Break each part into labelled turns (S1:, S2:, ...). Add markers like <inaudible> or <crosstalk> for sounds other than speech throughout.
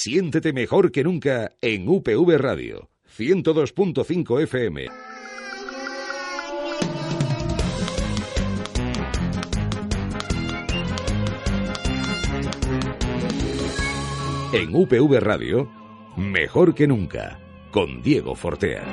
S1: Siéntete mejor que nunca en UPV Radio 102.5 FM. En UPV Radio, mejor que nunca, con Diego Fortea.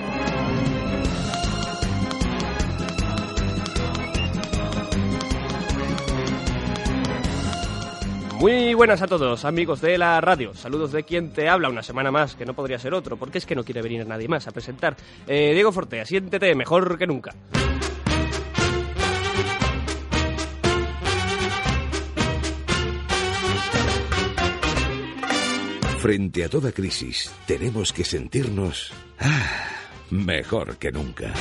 S2: Muy buenas a todos, amigos de la radio. Saludos de quien te habla una semana más, que no podría ser otro, porque es que no quiere venir nadie más a presentar. Eh, Diego Fortea, siéntete mejor que nunca.
S1: Frente a toda crisis, tenemos que sentirnos ah, mejor que nunca.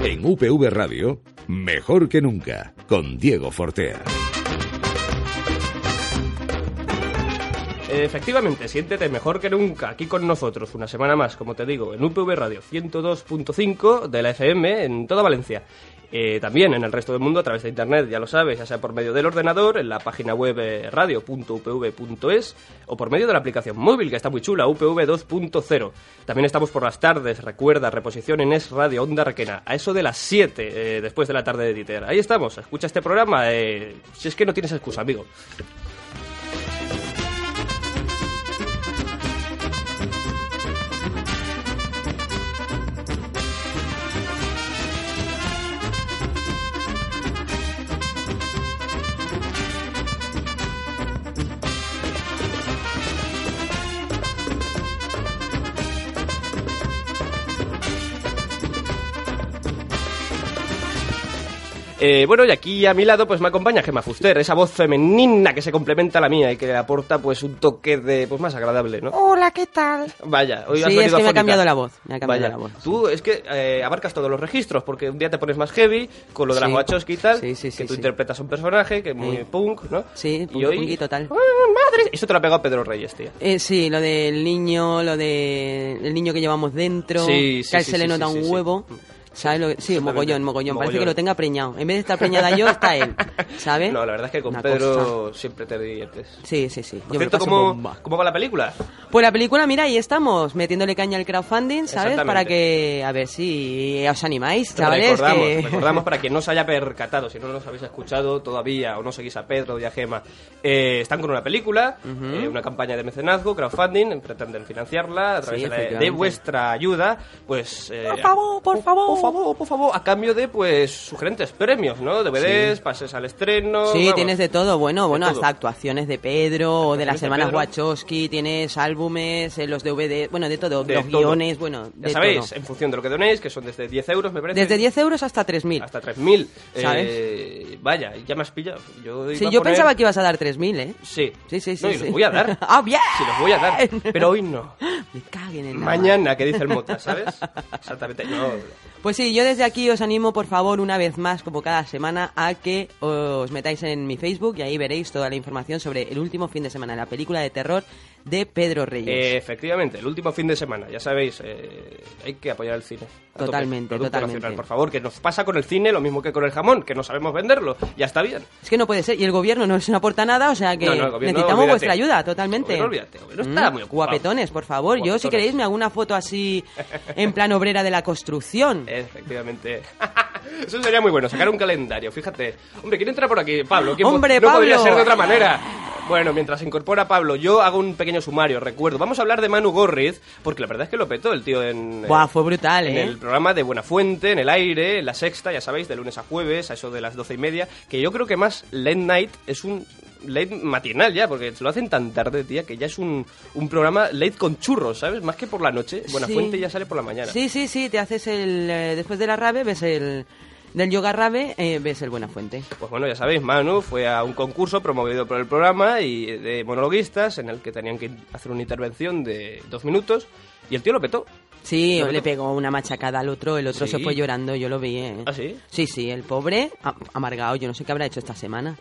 S1: En UPV Radio, mejor que nunca, con Diego Fortea.
S2: Efectivamente, siéntete mejor que nunca aquí con nosotros, una semana más, como te digo, en UPV Radio 102.5 de la FM en toda Valencia. Eh, también en el resto del mundo a través de internet, ya lo sabes, ya sea por medio del ordenador, en la página web eh, radio.upv.es o por medio de la aplicación móvil que está muy chula, UPV 2.0. También estamos por las tardes, recuerda, reposición en Es Radio Onda Requena, a eso de las 7 eh, después de la tarde de Dieter. Ahí estamos, escucha este programa, si es que no tienes excusa, amigo. Eh, bueno, y aquí a mi lado pues me acompaña Gemma Fuster, esa voz femenina que se complementa a la mía y que le aporta pues un toque de pues más agradable, ¿no?
S3: Hola, ¿qué tal?
S2: Vaya, hoy
S3: sí,
S2: has
S3: es que
S2: venido
S3: me ha
S2: afónica.
S3: cambiado la voz. Me ha cambiado
S2: Vaya,
S3: la voz.
S2: tú es que eh, abarcas todos los registros, porque un día te pones más heavy con lo de las
S3: Sí.
S2: Wachowski y tal,
S3: Sí, sí, sí,
S2: que tú
S3: sí.
S2: interpretas a un personaje que es muy
S3: Sí.
S2: punk, ¿no?
S3: Sí,
S2: y
S3: punto
S2: hoy...
S3: punky total.
S2: ¡Ah, madre! Eso te lo ha pegado Pedro Reyes, tía.
S3: Eh, sí, lo del niño, lo de el niño que llevamos dentro,
S2: Sí, sí,
S3: que a él
S2: sí,
S3: se le
S2: sí,
S3: nota
S2: sí,
S3: un
S2: sí.
S3: huevo. ¿Sabes lo que- Sí,
S2: Exactamente.
S3: mogollón, mogollón. Parece que
S2: Mogollón.
S3: lo tenga preñado. En vez de estar preñada yo,
S2: <laughs>
S3: está él. ¿Sabes?
S2: No, la verdad es que con
S3: Una
S2: Pedro
S3: cosa.
S2: siempre te diviertes.
S3: Sí, sí, sí.
S2: Por
S3: Yo me lo
S2: cierto,
S3: paso
S2: ¿cómo,
S3: bomba.
S2: ¿cómo va la película?
S3: Pues la película, mira, ahí estamos, metiéndole caña al crowdfunding, ¿sabes?
S2: Exactamente.
S3: Para que, a ver si os animáis, chavales.
S2: recordamos,
S3: que-
S2: recordamos para quien no se haya percatado, si no nos habéis escuchado todavía o no seguís a Pedro y a Gema, eh, están con una película, eh, una campaña de mecenazgo, crowdfunding, pretenden financiarla a través
S3: Sí,
S2: de, la- de
S3: efectivamente.
S2: vuestra ayuda, pues... eh,
S3: Por favor, por favor.
S2: Por favor, por favor, a cambio de, pues, sugerentes premios, ¿no? DVDs, pases al estreno...
S3: Sí,
S2: Oh, vamos.
S3: tienes de todo, bueno, bueno,
S2: todo.
S3: hasta actuaciones de Pedro o de las
S2: Actuaciones de
S3: hermanas
S2: Pedro.
S3: Wachowski, tienes álbumes, eh, los DVD, bueno, de todo,
S2: De
S3: los
S2: todo.
S3: guiones, bueno,
S2: Ya
S3: de
S2: sabéis,
S3: todo.
S2: en función de lo que donéis, que son desde 10 euros, me parece.
S3: Desde 10 euros hasta 3.000.
S2: Hasta 3.000.
S3: ¿Sabes?
S2: Eh, vaya, ya me has pillado. Yo
S3: Sí,
S2: iba a
S3: yo
S2: poner-
S3: pensaba que ibas a dar 3.000, ¿eh?
S2: Sí.
S3: Sí, sí, sí.
S2: No, y los
S3: sí.
S2: voy a dar.
S3: <laughs> ¡Ah, bien!
S2: Sí, los voy a
S3: <laughs>
S2: dar. Pero hoy no.
S3: Me caguen en la
S2: Mañana, que dice el mota, ¿sabes? Exactamente. No.
S3: Pues sí, yo desde aquí os animo, por favor, una vez más, como cada semana, a que os metáis en mi Facebook y ahí veréis toda la información sobre el último fin de semana, la película de terror de Pedro Reyes.
S2: Eh, efectivamente, el último fin de semana, ya sabéis, eh, hay que apoyar el cine. A tope.
S3: Totalmente,
S2: Producto
S3: totalmente.
S2: nacional, por favor, que nos pasa con el cine lo mismo que con el jamón, que no sabemos venderlo. Ya está bien.
S3: Es que no puede ser, y el gobierno no se aporta nada, o sea que
S2: No, no, el gobierno,
S3: necesitamos
S2: olvídate.
S3: vuestra ayuda, totalmente. Mm,
S2: Gobierno, olvídate, gobierno está muy ocupado.
S3: Guapetones, por favor. Yo, si
S2: Guapetones.
S3: queréis, me hago una foto así en plan obrera de la construcción.
S2: <laughs> Efectivamente. Eso sería muy bueno, sacar un calendario, fíjate. Hombre, ¿quién entra por aquí? Pablo. ¿quién po-
S3: Hombre,
S2: no podría
S3: Pablo.
S2: ser de otra manera. Bueno, mientras se incorpora Pablo, yo hago un pequeño sumario, recuerdo. Vamos a hablar de Manu Gorriz, porque la verdad es que lo petó el tío en... eh,
S3: Buah, fue brutal,
S2: en
S3: ¿eh?
S2: el programa de Buena Fuente, en el aire, en la sexta, ya sabéis, de lunes a jueves, a eso de las doce y media, que yo creo que más Late Night es un late matinal ya, porque se lo hacen tan tarde, tía, que ya es un, un programa late con churros, ¿sabes? Más que por la noche, Buena
S3: Sí.
S2: Fuente ya sale por la mañana.
S3: Sí, sí, sí, te haces el... eh, después de la rave, ves el... Del yoga rave, eh, ves el Buena Fuente.
S2: Pues bueno, ya sabéis, Manu fue a un concurso promovido por el programa y de monologuistas en el que tenían que hacer una intervención de dos minutos y el tío lo petó.
S3: Sí, le pegó una machacada al otro, el otro
S2: Sí.
S3: se fue llorando, yo lo vi, ¿eh?
S2: ¿Ah, sí?
S3: Sí, sí, el pobre, a- amargado, yo no sé qué habrá hecho
S2: <laughs>
S3: esta semana.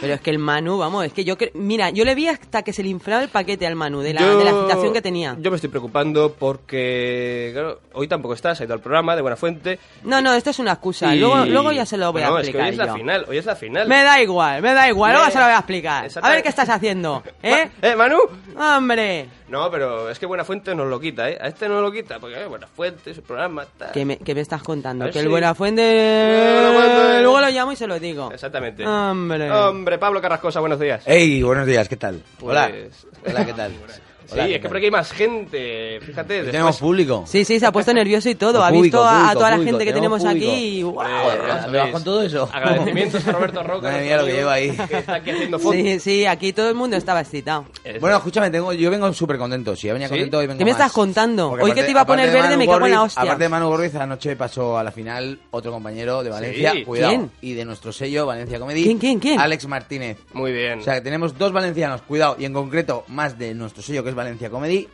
S3: Pero es que el Manu, vamos, es que yo... cre- Mira, yo le vi hasta que se le inflaba el paquete al Manu, de la,
S2: Yo-
S3: de la agitación que tenía.
S2: Yo me estoy preocupando porque, claro, hoy tampoco estás, ha ido al programa de Buena Fuente.
S3: No, no, esto es una excusa,
S2: y-
S3: luego, luego ya se lo voy
S2: No,
S3: a
S2: es que
S3: explicar
S2: hoy es la
S3: yo.
S2: final, hoy es la final.
S3: Me da igual, me da igual,
S2: Me-
S3: luego se lo voy a explicar. A
S2: Exactamente.
S3: ver qué estás haciendo, ¿eh?
S2: Ma- ¿Eh, Manu?
S3: ¡Hombre!
S2: No, pero es que Buena Fuente nos lo quita, ¿eh? A este no lo quita, porque eh, Buena Fuente, su programa, tal.
S3: ¿Qué me, qué me estás contando?
S2: A ver
S3: Que el
S2: si-
S3: Buenafuente... Eh, Luego lo llamo y se lo digo.
S2: Exactamente.
S3: Hombre.
S2: Hombre, Pablo Carrascosa, buenos días.
S4: Hey, buenos días, ¿qué tal? Hola.
S2: Pues-
S4: Hola, ¿qué tal?
S2: <laughs> sí,
S4: Hola, ¿qué
S2: es que
S4: tal?
S2: por aquí hay más gente, fíjate.
S4: Hoy
S2: después-
S4: Tenemos público.
S3: Sí, sí, se ha puesto nervioso y todo. Ha
S4: Público,
S3: visto a, a
S4: público,
S3: toda la
S4: público,
S3: gente que tenemos
S4: tenemos
S3: aquí. y ¡guau!
S2: Eh, ya
S4: ¿dónde
S2: sabéis.
S4: vas con todo
S3: <laughs>
S4: eso?
S2: Agradecimientos a Roberto Roca.
S4: Madre
S2: nuestro
S4: mía, lo que
S2: amigo,
S4: lleva ahí.
S2: Que está aquí haciendo fotos.
S3: Sí, sí, aquí todo el mundo estaba excitado.
S2: Eso.
S4: <laughs> Bueno, escúchame, tengo, yo vengo súper contento. Si ya venía
S2: ¿Sí?
S4: contento, hoy vengo
S3: ¿Qué me estás
S4: más.
S3: contando? Hoy que
S4: aparte-
S3: te iba a poner
S4: aparte de
S3: verde,
S4: Manu
S3: me cago en la
S4: Gorriz-
S3: hostia.
S4: Aparte de Manu Gorriz, anoche pasó a la final otro compañero de Valencia,
S2: Sí.
S4: cuidado.
S3: ¿Quién?
S4: Y de nuestro sello, Valencia Comedy.
S3: ¿Quién, quién, quién?
S4: Alex Martínez.
S2: Muy bien.
S4: O sea, que tenemos dos valencianos, cuidado, y en concreto más de nuestro sello, que es Valencia Comedy,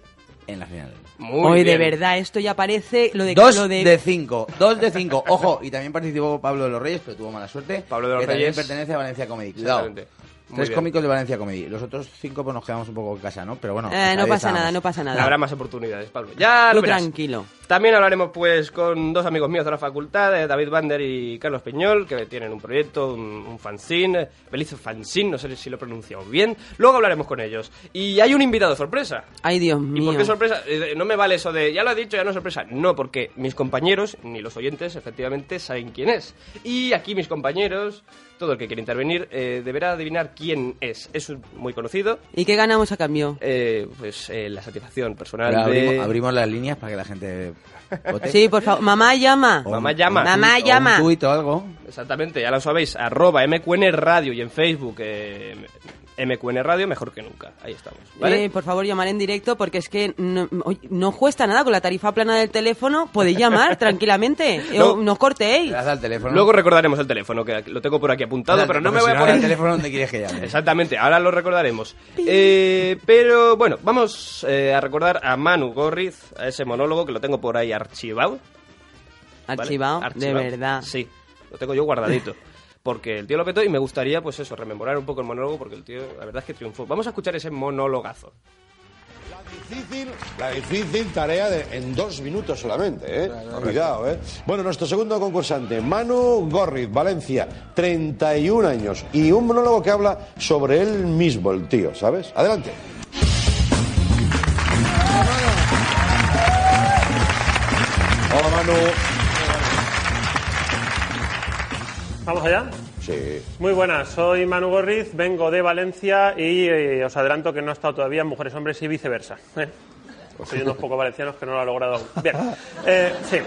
S4: en la final.
S2: Muy
S3: Hoy de
S2: bien.
S3: verdad esto ya parece lo de
S4: dos
S3: lo
S4: de... cinco, dos de
S3: <laughs>
S4: cinco. Ojo, y también participó Pablo de los Reyes, pero tuvo mala suerte.
S2: Pablo de los
S4: que
S2: Reyes.
S4: también pertenece a Valencia Comedy. Cuidado.
S2: Exactamente. Muy
S4: Tres
S2: bien.
S4: cómicos de Valencia Comedy. Los otros cinco pues nos quedamos un poco en casa, ¿no? Pero bueno.
S3: Eh,
S4: hasta
S3: no
S4: ahí
S3: pasa
S4: estábamos.
S3: nada, no pasa nada.
S2: Habrá más oportunidades, Pablo. Ya lo
S3: Tú
S2: verás.
S3: tranquilo.
S2: También hablaremos pues con dos amigos míos de la facultad, eh, David Bander y Carlos Peñol, que tienen un proyecto, un, un fanzine, eh, feliz fanzine, no sé si lo he pronunciado bien. Luego hablaremos con ellos. Y hay un invitado sorpresa.
S3: Ay, Dios
S2: ¿Y
S3: mío.
S2: por qué sorpresa? Eh, No me vale eso de, ya lo he dicho, ya no es sorpresa. No, porque mis compañeros, ni los oyentes, efectivamente, saben quién es. Y aquí mis compañeros, todo el que quiera intervenir, eh, deberá adivinar quién es. Es un- muy conocido.
S3: ¿Y qué ganamos a cambio?
S2: eh, pues eh, la satisfacción personal
S4: Ahora
S2: de...
S4: abrimos, abrimos las líneas para que la gente vote.
S3: Sí, por favor. Mamá llama.
S4: O
S2: Mamá
S4: un-
S2: llama.
S4: o un
S3: Mamá
S4: tuit-
S3: llama.
S4: O un tuit o algo.
S2: Exactamente, ya lo sabéis, arroba MQN Radio y en Facebook eh, MQN Radio, mejor que nunca. Ahí estamos. ¿vale?
S3: Eh, por favor, llamar en directo porque es que no, oye, no cuesta nada con la tarifa plana del teléfono. Podéis
S2: <laughs>
S3: llamar tranquilamente. Eh,
S2: No.
S3: No os cortéis.
S4: Le das al teléfono.
S2: Luego recordaremos el teléfono, que lo tengo por aquí apuntado,
S4: Al-
S2: pero no me voy
S4: porque si
S2: a
S4: no, al
S2: poner...
S4: teléfono donde quieres que llame.
S2: Exactamente, ahora lo recordaremos. Eh, pero bueno, vamos eh, a recordar a Manu Gorriz, a ese monólogo que lo tengo por ahí archivado. ¿vale?
S3: Archivado,
S2: Archivado.
S3: de verdad.
S2: Sí, lo tengo yo guardadito. <laughs> Porque el tío lo petó y me gustaría, pues eso, rememorar un poco el monólogo, porque el tío, la verdad es que triunfó. Vamos a escuchar ese monólogazo.
S5: Difícil, la difícil tarea de- en dos minutos solamente, ¿eh? Cuidado, ¿eh? Bueno, nuestro segundo concursante, Manu Gorriz, Valencia, 31 años, y un monólogo que habla sobre él mismo, el tío, ¿sabes? Adelante. Hola, Manu.
S6: Vamos allá.
S5: <laughs> Sí.
S6: Muy buenas, soy Manu Gorriz, vengo de Valencia y eh, os adelanto que no he estado todavía en Mujeres Hombres y viceversa. <laughs> ¿eh? Soy unos pocos valencianos que no lo ha logrado aún. Bien, eh, sí.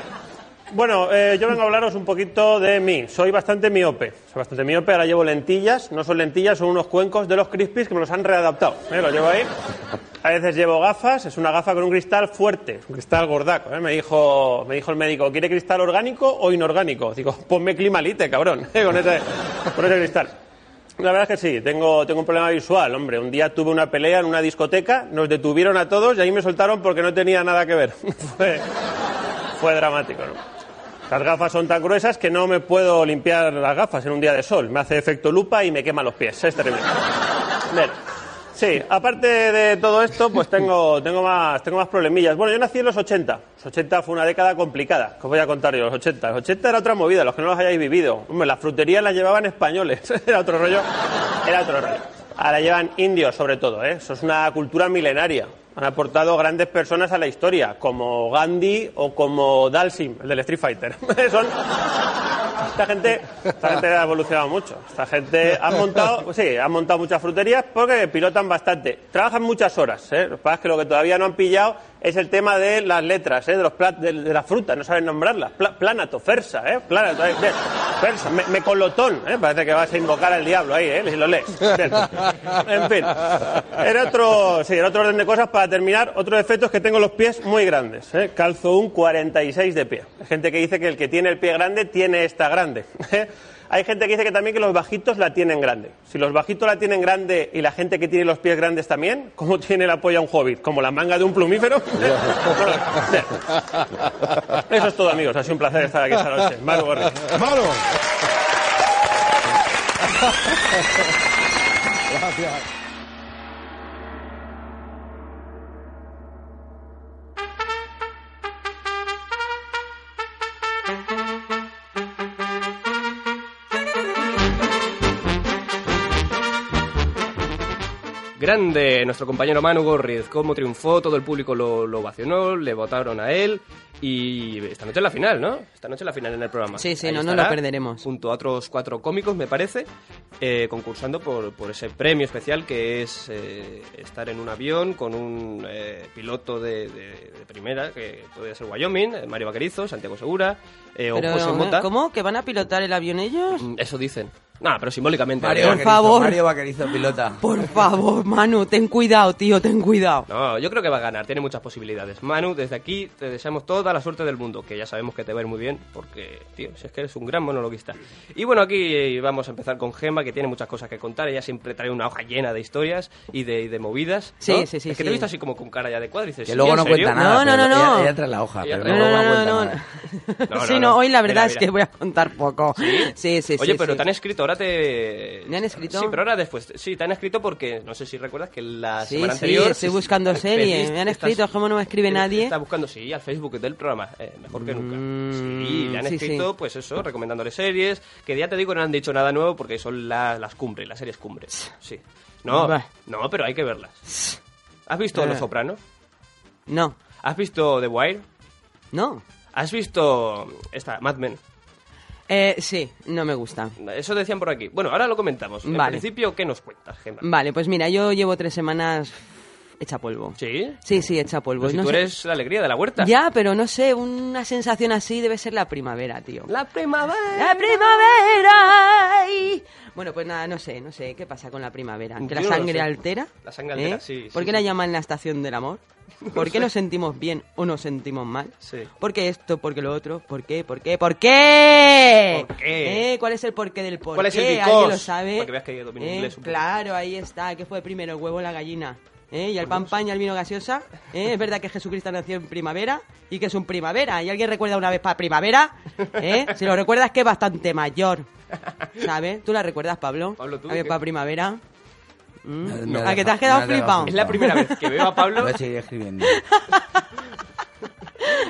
S6: Bueno, eh, yo vengo a hablaros un poquito de mí. Soy bastante miope. Soy bastante miope, ahora llevo lentillas. No son lentillas, son unos cuencos de los Crispies que me los han readaptado. ¿eh? Lo llevo ahí. A veces llevo gafas, es una gafa con un cristal fuerte, es un cristal gordaco. ¿eh? Me, dijo, me dijo el médico, ¿quiere cristal orgánico o inorgánico? Digo, ponme climalite, cabrón, <laughs> ¿eh? con, ese, con ese cristal. La verdad es que sí, tengo, tengo un problema visual, hombre. Un día tuve una pelea en una discoteca, nos detuvieron a todos y ahí me soltaron porque no tenía nada que ver. <laughs> fue, fue dramático, ¿no? Las gafas son tan gruesas que no me puedo limpiar las gafas en un día de sol. Me hace efecto lupa y me quema los pies. Es terrible. Bien. Sí, aparte de todo esto, pues tengo, tengo, más, tengo más problemillas. Bueno, yo nací en los 80. Los 80 fue una década complicada. ¿Qué os voy a contar yo? Los 80. Los 80 era otra movida, los que no los hayáis vivido. Hombre, las fruterías las llevaban españoles. <laughs> Era otro rollo. Era otro rollo. Ahora llevan indios, sobre todo. ¿eh? Eso es una cultura milenaria. Han aportado grandes personas a la historia, como Gandhi o como Dalsim, el del Street Fighter. <laughs> Son, esta gente, esta gente ha evolucionado mucho. Esta gente ha montado, pues sí, han montado muchas fruterías porque pilotan bastante. Trabajan muchas horas, ¿eh? Lo que pasa es que lo que todavía no han pillado es el tema de las letras, ¿eh? De, los plat- de, de las frutas, no saben nombrarlas. Pla- planato, fersa, ¿eh? Planato, eh, bien. Fersa, me, mecolotón, ¿eh? Parece que vas a invocar al diablo ahí, ¿eh? Si lo lees. Bien. En fin.
S7: <laughs>
S6: En otro, sí, en otro orden de cosas, para terminar, otro defecto es que tengo los pies muy grandes. ¿eh?
S7: <laughs>
S6: Calzo un 46 de pie. Hay gente que dice que el que tiene el pie grande tiene esta grande. ¿eh?
S7: Hay gente que dice que también que los bajitos la tienen grande. Si los bajitos la tienen grande y la gente que tiene los pies grandes también, ¿cómo <laughs> tiene la polla un hobbit? ¿Como la manga de un plumífero? <laughs> eh, Eso es todo, amigos. Ha sido un placer estar aquí esta noche. Manu Gorriz.
S8: ¡Mano! Gracias.
S2: Grande, nuestro compañero Manu Gorriz, cómo triunfó, todo el público lo, lo ovacionó, le votaron a él y esta noche es la final, ¿no? Esta noche es la final en el programa.
S3: Sí, sí,
S2: Ahí
S3: no, no
S2: estará,
S3: lo perderemos.
S2: Junto a otros cuatro cómicos, me parece, eh, concursando por, por ese premio especial que es eh, estar en un avión con un eh, piloto de, de- de primera, que podría ser Wyoming, eh, Mario Vaquerizo, Santiago Segura eh, o José Mota.
S3: ¿Cómo? ¿Que van a pilotar el avión ellos?
S2: Mm, Eso dicen. Nada, pero simbólicamente.
S4: Mario
S2: ¿no?
S3: Por
S4: Vaquerizo,
S3: favor.
S4: Mario Vaquerizo, pilota.
S3: Por favor, Manu, ten cuidado, tío, ten cuidado.
S2: No, yo creo que va a ganar, tiene muchas posibilidades. Manu, desde aquí te deseamos toda la suerte del mundo, que ya sabemos que te va a ir muy bien, porque, tío, si es que eres un gran monologuista. Y bueno, aquí vamos a empezar con Gema, que tiene muchas cosas que contar. Ella siempre trae una hoja llena de historias y de, y de movidas.
S3: Sí,
S2: ¿no?
S3: sí, sí,
S2: Es que te
S3: sí.
S2: he visto así como con cara ya de cuadro y dices,
S4: Que luego
S2: ¿sí,
S4: no
S2: en serio?
S4: cuenta nada.
S3: No, no,
S4: pero
S3: no, no.
S4: Ella, ella trae la hoja,
S2: Ella
S4: pero
S2: trae
S3: No,
S4: luego
S3: no,
S4: no,
S3: no,
S4: cuenta
S3: no.
S4: nada.
S2: No, no,
S3: sí, no,
S2: no.
S3: hoy
S2: Mira,
S3: la verdad es
S2: mira.
S3: que voy a contar poco. Sí, sí,
S2: Oye,
S3: sí,
S2: pero
S3: sí.
S2: te han escrito, ahora te...
S3: ¿Me han escrito?
S2: Sí, pero ahora después. Sí, te han escrito porque, no sé si recuerdas que la
S3: Sí,
S2: semana
S3: sí,
S2: anterior...
S3: estoy buscando serie.
S2: pediste-
S3: Me han escrito,
S2: estás-
S3: ¿cómo no me escribe
S2: eh,
S3: nadie?
S2: Está buscando, sí, al Facebook del programa, eh, mejor que nunca. sí, le han
S3: Mm, sí,
S2: escrito,
S3: sí.
S2: pues eso, recomendándole series, que ya te digo, no han dicho nada nuevo porque son la- las cumbres, las series cumbres. Sí. No,
S3: Bah.
S2: no, pero hay que verlas. ¿Has visto
S3: Eh.
S2: Los Sopranos?
S3: No,
S2: ¿Has visto The Wire?
S3: no.
S2: ¿Has visto esta, Mad Men?
S3: Eh, sí, no me gusta.
S2: Eso decían por aquí. Bueno, ahora lo comentamos. En
S3: Vale.
S2: principio, ¿qué nos cuentas, Gemma?
S3: Vale, pues mira, yo llevo tres semanas hecha polvo.
S2: ¿Sí?
S3: Sí, sí, hecha polvo.
S2: Pero si
S3: Pues
S2: tú
S3: No sé-
S2: eres la alegría de la huerta.
S3: Ya, pero no sé, una sensación así debe ser la primavera, tío.
S2: La primavera.
S3: La primavera. ay. Bueno, pues nada, no sé, no sé qué pasa con la primavera. ¿Que la
S2: Yo no
S3: sangre
S2: sé.
S3: altera?
S2: La sangre altera,
S3: ¿Eh?
S2: sí,
S3: ¿Por
S2: sí,
S3: qué
S2: sí.
S3: la llaman la estación del
S2: <laughs>
S3: amor? ¿Por qué nos sentimos bien o nos sentimos mal?
S2: Sí.
S3: ¿Por qué esto? ¿Por qué lo otro? ¿Por qué? ¿Por qué? ¿Por qué?
S2: ¿Por qué?
S3: ¿Eh? ¿Cuál es el porqué del porqué?
S2: ¿Cuál es el
S3: ¿Alguien
S2: because?
S3: lo sabe?
S2: Para que veas que yo domino
S3: ¿Eh?
S2: inglés un poco.
S3: Claro, ahí está. ¿Qué fue primero? El huevo o la gallina. ¿Eh? Y al pan pan y al vino gaseosa. ¿Eh? ¿Es verdad que Jesucristo nació en primavera? ¿Y que es un primavera? ¿Y alguien recuerda una vez para primavera? ¿Eh? Si lo recuerdas que es bastante mayor. ¿Sabes? ¿Tú la recuerdas, Pablo?
S2: Pablo, ¿tú
S3: A ver,
S2: qué?
S3: para primavera.
S4: Me has-
S3: ¿Mm?
S4: me has
S3: ¿A que te has
S4: dejado-
S3: quedado
S4: me has dejado
S3: flipado?
S2: Es la primera vez que veo a Pablo.
S4: Voy a seguir escribiendo.
S2: <laughs>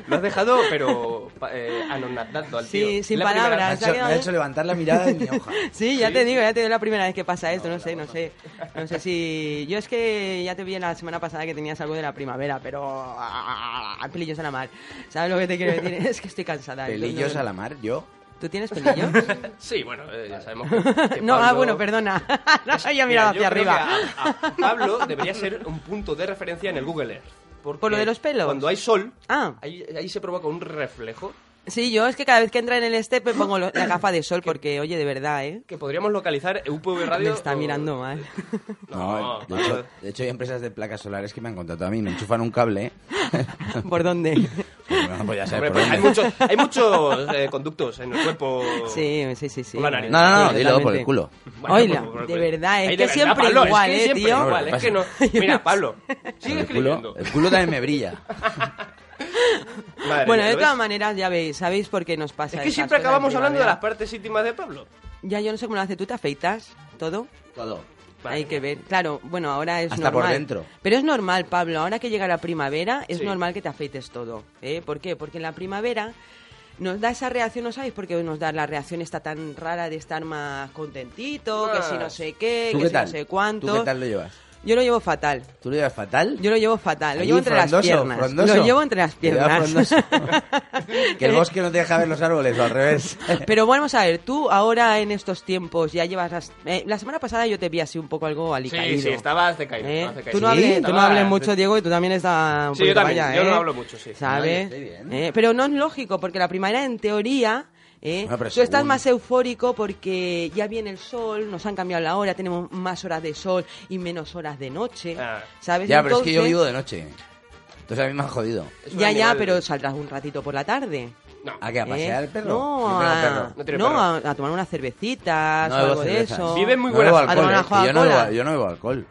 S2: Lo has dejado, pero pa- eh, anonadado al tío.
S3: Sí, sin
S2: La primera
S4: Me ha,
S3: palabras.
S4: hecho, me ha hecho levantar la mirada
S3: <laughs>
S4: de mi hoja.
S3: Sí, ya te digo, ya te digo la primera vez que pasa esto, no sé, no sé. No sé si. Yo es que ya te vi la semana pasada que tenías algo de la primavera, pero. ah, Pelillos a la mar. ¿Sabes lo que te quiero decir? <laughs> Es que estoy cansada.
S4: Pelillos a la mar, yo.
S3: ¿Tú tienes
S4: <laughs>
S3: pelillos?
S2: vez- <laughs> Sí, bueno, eh, ya sabemos que, que
S3: <laughs> no, ah,
S2: Pablo-
S3: bueno, perdona. no
S2: Es- <laughs>
S3: había
S2: mira,
S3: mirado
S2: yo
S3: hacia
S2: creo
S3: arriba.
S2: que a- a Pablo debería ser un punto de referencia en el Google Earth. Porque
S3: ¿Por lo de los pelos?
S2: Cuando hay sol,
S3: Ah.
S2: ahí, ahí se provoca un reflejo
S3: Sí, yo es que cada vez que entra en el este me pongo lo- la gafa de sol porque, oye, de verdad, ¿eh?
S2: que podríamos localizar en UPV Radio.
S3: Me está
S2: o-
S3: mirando mal.
S2: No,
S4: de, hecho, de hecho hay empresas de placas solares que me han contratado a mí, me enchufan un cable.
S3: <laughs> ¿Por dónde?
S4: Bueno, <laughs> pues ya sabes
S2: Hombre,
S4: por
S2: pues
S4: dónde.
S2: hay muchos, hay muchos eh, conductos en el cuerpo.
S3: Sí, sí, sí, sí.
S2: Una nariz.
S4: No, no, no,
S3: Sí,
S4: dilo por
S3: totalmente.
S4: el culo.
S2: Bueno, pues,
S3: Oila,
S2: por- por-
S3: de verdad, es
S2: Ay,
S3: que
S2: de
S3: siempre
S2: Pablo,
S3: igual,
S2: es que
S3: ¿eh,
S2: siempre
S3: tío?
S2: igual, es que no. Mira, Pablo, sigue
S4: El culo,
S2: escribiendo.
S4: el culo también me brilla.
S2: <laughs> Madre
S3: Bueno,
S2: mía,
S3: de
S2: ¿lo
S3: todas
S2: ves?
S3: maneras, ya veis, sabéis por qué nos pasa
S2: Es que
S3: estas
S2: siempre
S3: cosas
S2: acabamos
S3: en
S2: hablando de las
S3: primavera.
S2: partes íntimas de Pablo.
S3: Ya, yo no sé cómo lo hace. ¿Tú te afeitas todo?
S4: Todo.
S2: Vale.
S3: Hay que ver. Claro, bueno, ahora es
S4: Hasta por
S3: normal.
S4: dentro.
S3: Pero es normal, Pablo. Ahora que llega la primavera, es
S2: Sí.
S3: normal que te afeites todo. ¿eh? ¿Por qué? Porque en la primavera nos da esa reacción, ¿no sabéis por qué nos da la reacción esta tan rara de estar más contentito, que si
S2: Ah.
S3: no sé qué,
S4: ¿Tú
S3: eh, que
S4: qué
S3: si
S4: tal?
S3: no sé
S4: ¿Tú
S3: cuánto?
S4: qué tal lo llevas?
S3: Yo lo llevo fatal.
S4: ¿Tú lo llevas fatal?
S3: Yo lo llevo fatal, lo
S4: Ahí,
S3: llevo entre las
S4: frondoso,
S3: piernas.
S4: frondoso.
S3: Lo llevo entre las
S4: Te lleva
S3: piernas. <laughs>
S4: frondoso. que el bosque no te deja ver los árboles, o al revés.
S3: Pero vamos a ver, tú ahora en estos tiempos ya llevas... las- eh, la semana pasada yo te vi así un poco algo alicaído.
S2: Sí, sí, estabas decaído.
S3: ¿Eh?
S2: estabas decaído.
S3: Tú no, hables,
S2: Sí,
S3: tú no
S2: estabas-
S3: hables mucho, Diego, y tú también estás... un
S2: Sí, yo
S3: poquito
S2: también,
S3: para
S2: yo
S3: allá,
S2: no
S3: ¿eh?
S2: hablo mucho, sí.
S3: ¿Sabes?
S4: No, yo estoy bien.
S3: ¿Eh? Pero no es lógico, porque la primavera en teoría... ¿eh?
S4: Ah, pero
S3: Tú estás
S4: según-
S3: más eufórico porque ya viene el sol, nos han cambiado la hora, tenemos más horas de sol y menos horas de noche,
S2: Ah.
S3: ¿sabes?
S4: ya, pero es que yo
S3: Entonces-
S4: vivo de noche. Entonces a mí me han jodido.
S2: Es un
S3: Ya, ya,
S2: animal-
S3: pero saldrás un ratito por la tarde.
S2: No.
S4: ¿A qué? ¿A pasear
S3: ¿eh?
S4: el perro?
S3: No,
S4: Yo
S3: a,
S4: tengo perro.
S2: No tiene
S3: no,
S2: perro.
S3: a- a tomar unas cervecitas
S4: No
S3: o
S4: bebo
S3: algo de
S4: cerveza.
S3: eso.
S2: Vive muy
S4: No
S2: buena-
S4: bebo
S2: a
S4: alcohol,
S3: tomar una
S4: eh, que yo, no
S3: Coca-Cola.
S4: bebo, yo no bebo alcohol.